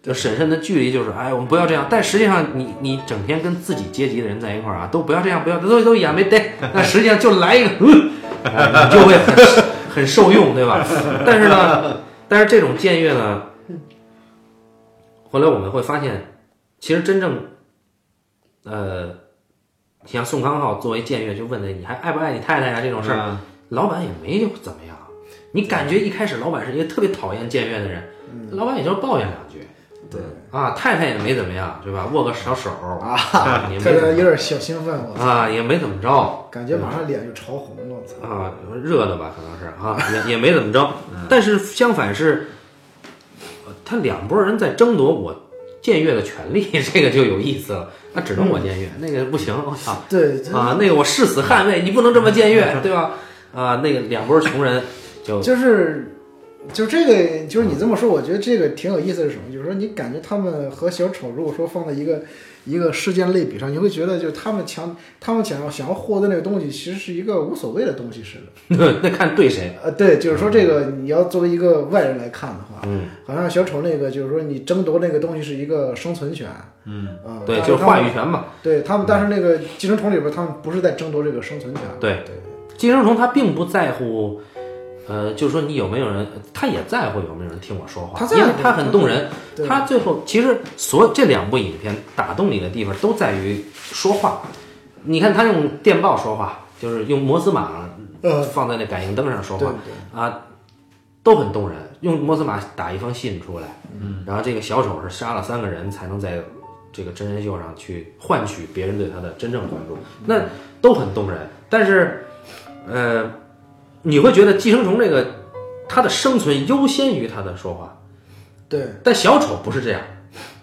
[SPEAKER 1] 就审慎的距离就是，哎，我们不要这样，但实际上你你整天跟自己阶级的人在一块儿啊，都不要这样，不要都都一样没得，那实际上就来一个，嗯，哎你就会很很受用，对吧？但是呢，但是这种僭越呢，后来我们会发现，其实真正呃，像宋康昊作为僭越，就问的你还爱不爱你太太啊呀、这种事儿，
[SPEAKER 3] 嗯
[SPEAKER 1] 老板也没有怎么样。你感觉一开始老板是一个特别讨厌僭越的人，老板也就是抱怨两句。
[SPEAKER 2] 对
[SPEAKER 1] 啊，太太也没怎么样，对吧？握个小手啊，也没
[SPEAKER 2] 特别有
[SPEAKER 1] 怎
[SPEAKER 2] 点小兴奋，我
[SPEAKER 1] 么啊，也没怎么着
[SPEAKER 2] 感觉马上脸就潮红了，我操！
[SPEAKER 1] 啊，热的吧，可能是啊，也也没怎么着。但是相反是，呃他两拨人在争夺我僭越的权利， <laughs> 这个就有意思了。那只能我僭越，那个不行，我操！
[SPEAKER 2] 对，就
[SPEAKER 1] 啊，那个我誓死捍卫，你不能这么僭越，对吧？啊，那个两拨穷人就
[SPEAKER 2] 就是就这个，就是你这么说，我觉得这个挺有意思的是什么？就是说，你感觉他们和小丑如果说放在一个一个事件类比上，你会觉得就是他们强，他们想要想要获得那个东西，其实是一个无所谓的东西似的。
[SPEAKER 1] <laughs> 那看对谁，
[SPEAKER 2] 呃，对，就是说这个你要作为一个外人来看的话，
[SPEAKER 1] 嗯，
[SPEAKER 2] 好像小丑那个就是说你争夺那个东西是一个生存权，
[SPEAKER 3] 嗯
[SPEAKER 2] 啊、
[SPEAKER 1] 对，
[SPEAKER 2] 但
[SPEAKER 1] 就是
[SPEAKER 2] 他
[SPEAKER 1] 话
[SPEAKER 2] 们
[SPEAKER 1] 语权嘛。
[SPEAKER 2] 对他们，但是那个寄生虫里边，他们不是在争夺这个生存权，
[SPEAKER 1] 对
[SPEAKER 2] 对。
[SPEAKER 1] 寄生虫它并不在乎，呃，就是说你有没有人，他也在乎有没有人听我说话
[SPEAKER 2] 他，在乎
[SPEAKER 1] 因为他很动人。
[SPEAKER 2] 对
[SPEAKER 1] 他最后其实所有这两部影片打动你的地方都在于说话。你看他用电报说话，就是用摩斯码
[SPEAKER 2] 呃，
[SPEAKER 1] 放在那感应灯上说
[SPEAKER 2] 对
[SPEAKER 1] 话，
[SPEAKER 2] 对，
[SPEAKER 1] 啊，都很动人。用摩斯码打一封信出来，嗯，然后这个小丑是杀了三个人才能在这个真人秀上去换取别人对他的真正关注，
[SPEAKER 2] 嗯
[SPEAKER 1] 那都很动人。但是，呃，你会觉得寄生虫这个它的生存优先于他的说话，
[SPEAKER 2] 对
[SPEAKER 1] 但小丑不是这样，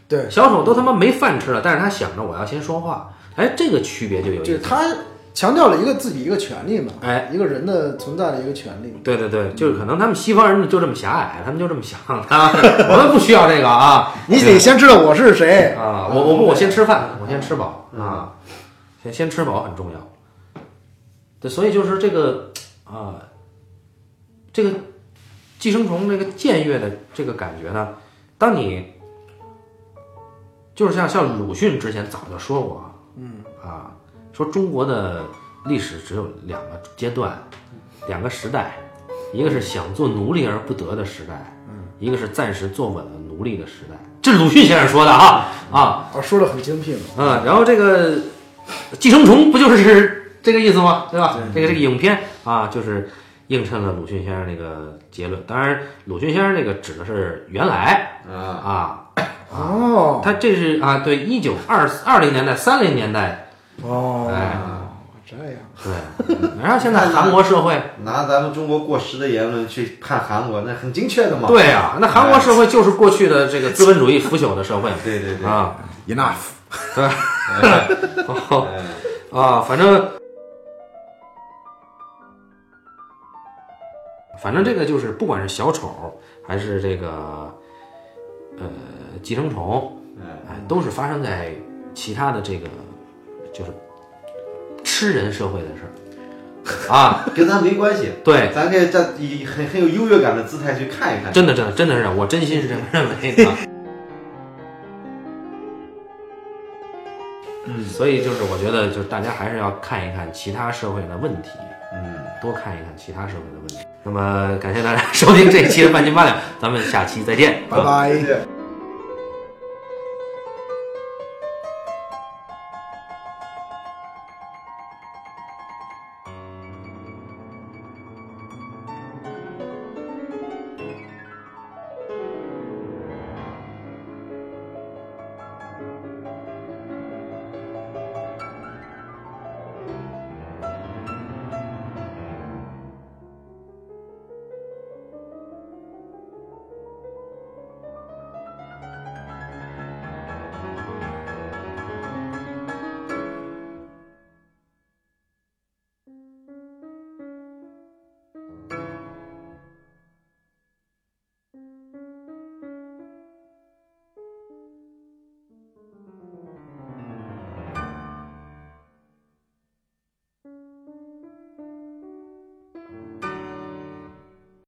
[SPEAKER 2] 对，
[SPEAKER 1] 小丑都他妈没饭吃了，但是他想着我要先说话，哎，这个区别就有意思
[SPEAKER 2] 就是。他强调了一个自己一个权利嘛，
[SPEAKER 1] 哎，
[SPEAKER 2] 一个人的存在的一个权利。
[SPEAKER 1] 对对对，
[SPEAKER 2] 嗯
[SPEAKER 1] 就是可能他们西方人就这么狭隘，他们就这么想啊，我们不需要这个啊，
[SPEAKER 2] 你得先知道我是谁
[SPEAKER 1] 啊，嗯我我不我先吃饭，我先吃饱啊，先先吃饱很重要。对，所以就是这个啊、这个寄生虫这个僭越的这个感觉呢，当你就是像像鲁迅之前早就说过，嗯啊，说中国的历史只有两个阶段，两个时代，一个是想做奴隶而不得的时代，嗯，一个是暂时坐稳了奴隶的时代。这是鲁迅先生说的啊啊
[SPEAKER 2] 啊，说的很精辟嘛。
[SPEAKER 1] 啊！然后这个寄生虫不就是这个意思吗？对吧？这个这个影片啊，就是映衬了鲁迅先生那个结论。当然，鲁迅先生这个指的是原来
[SPEAKER 3] 啊，
[SPEAKER 1] 啊，
[SPEAKER 2] 哦
[SPEAKER 1] 他这是啊，对，一九二二零年代、三零年代，哎
[SPEAKER 2] 哦，这样
[SPEAKER 1] 对。然后现在韩国社会，
[SPEAKER 3] 拿咱们中国过时的言论去判韩国，那很精确的嘛。
[SPEAKER 1] 对啊，那韩国社会就是过去的这个资本主义腐朽的社会
[SPEAKER 3] 对 <laughs> 对对，
[SPEAKER 1] 啊。
[SPEAKER 2] ，enough。
[SPEAKER 1] 哦
[SPEAKER 3] 哎
[SPEAKER 1] 啊，反正反正这个就是，不管是小丑还是这个呃寄生虫，
[SPEAKER 3] 嗯
[SPEAKER 1] 哎，都是发生在其他的这个就是吃人社会的事儿啊。
[SPEAKER 3] 跟咱没关系。
[SPEAKER 1] 对，
[SPEAKER 3] 咱可以这以很很有优越感的姿态去看一看。
[SPEAKER 1] 真的真的真的是，我真心是这么认为的。啊嗯，所以就是我觉得，就是大家还是要看一看其他社会的问题。啊
[SPEAKER 3] 嗯，
[SPEAKER 1] 多看一看其他社会的问题。那么，感谢大家收听这一期的半斤八两，咱们下期再见，
[SPEAKER 2] 拜拜。
[SPEAKER 3] 谢谢。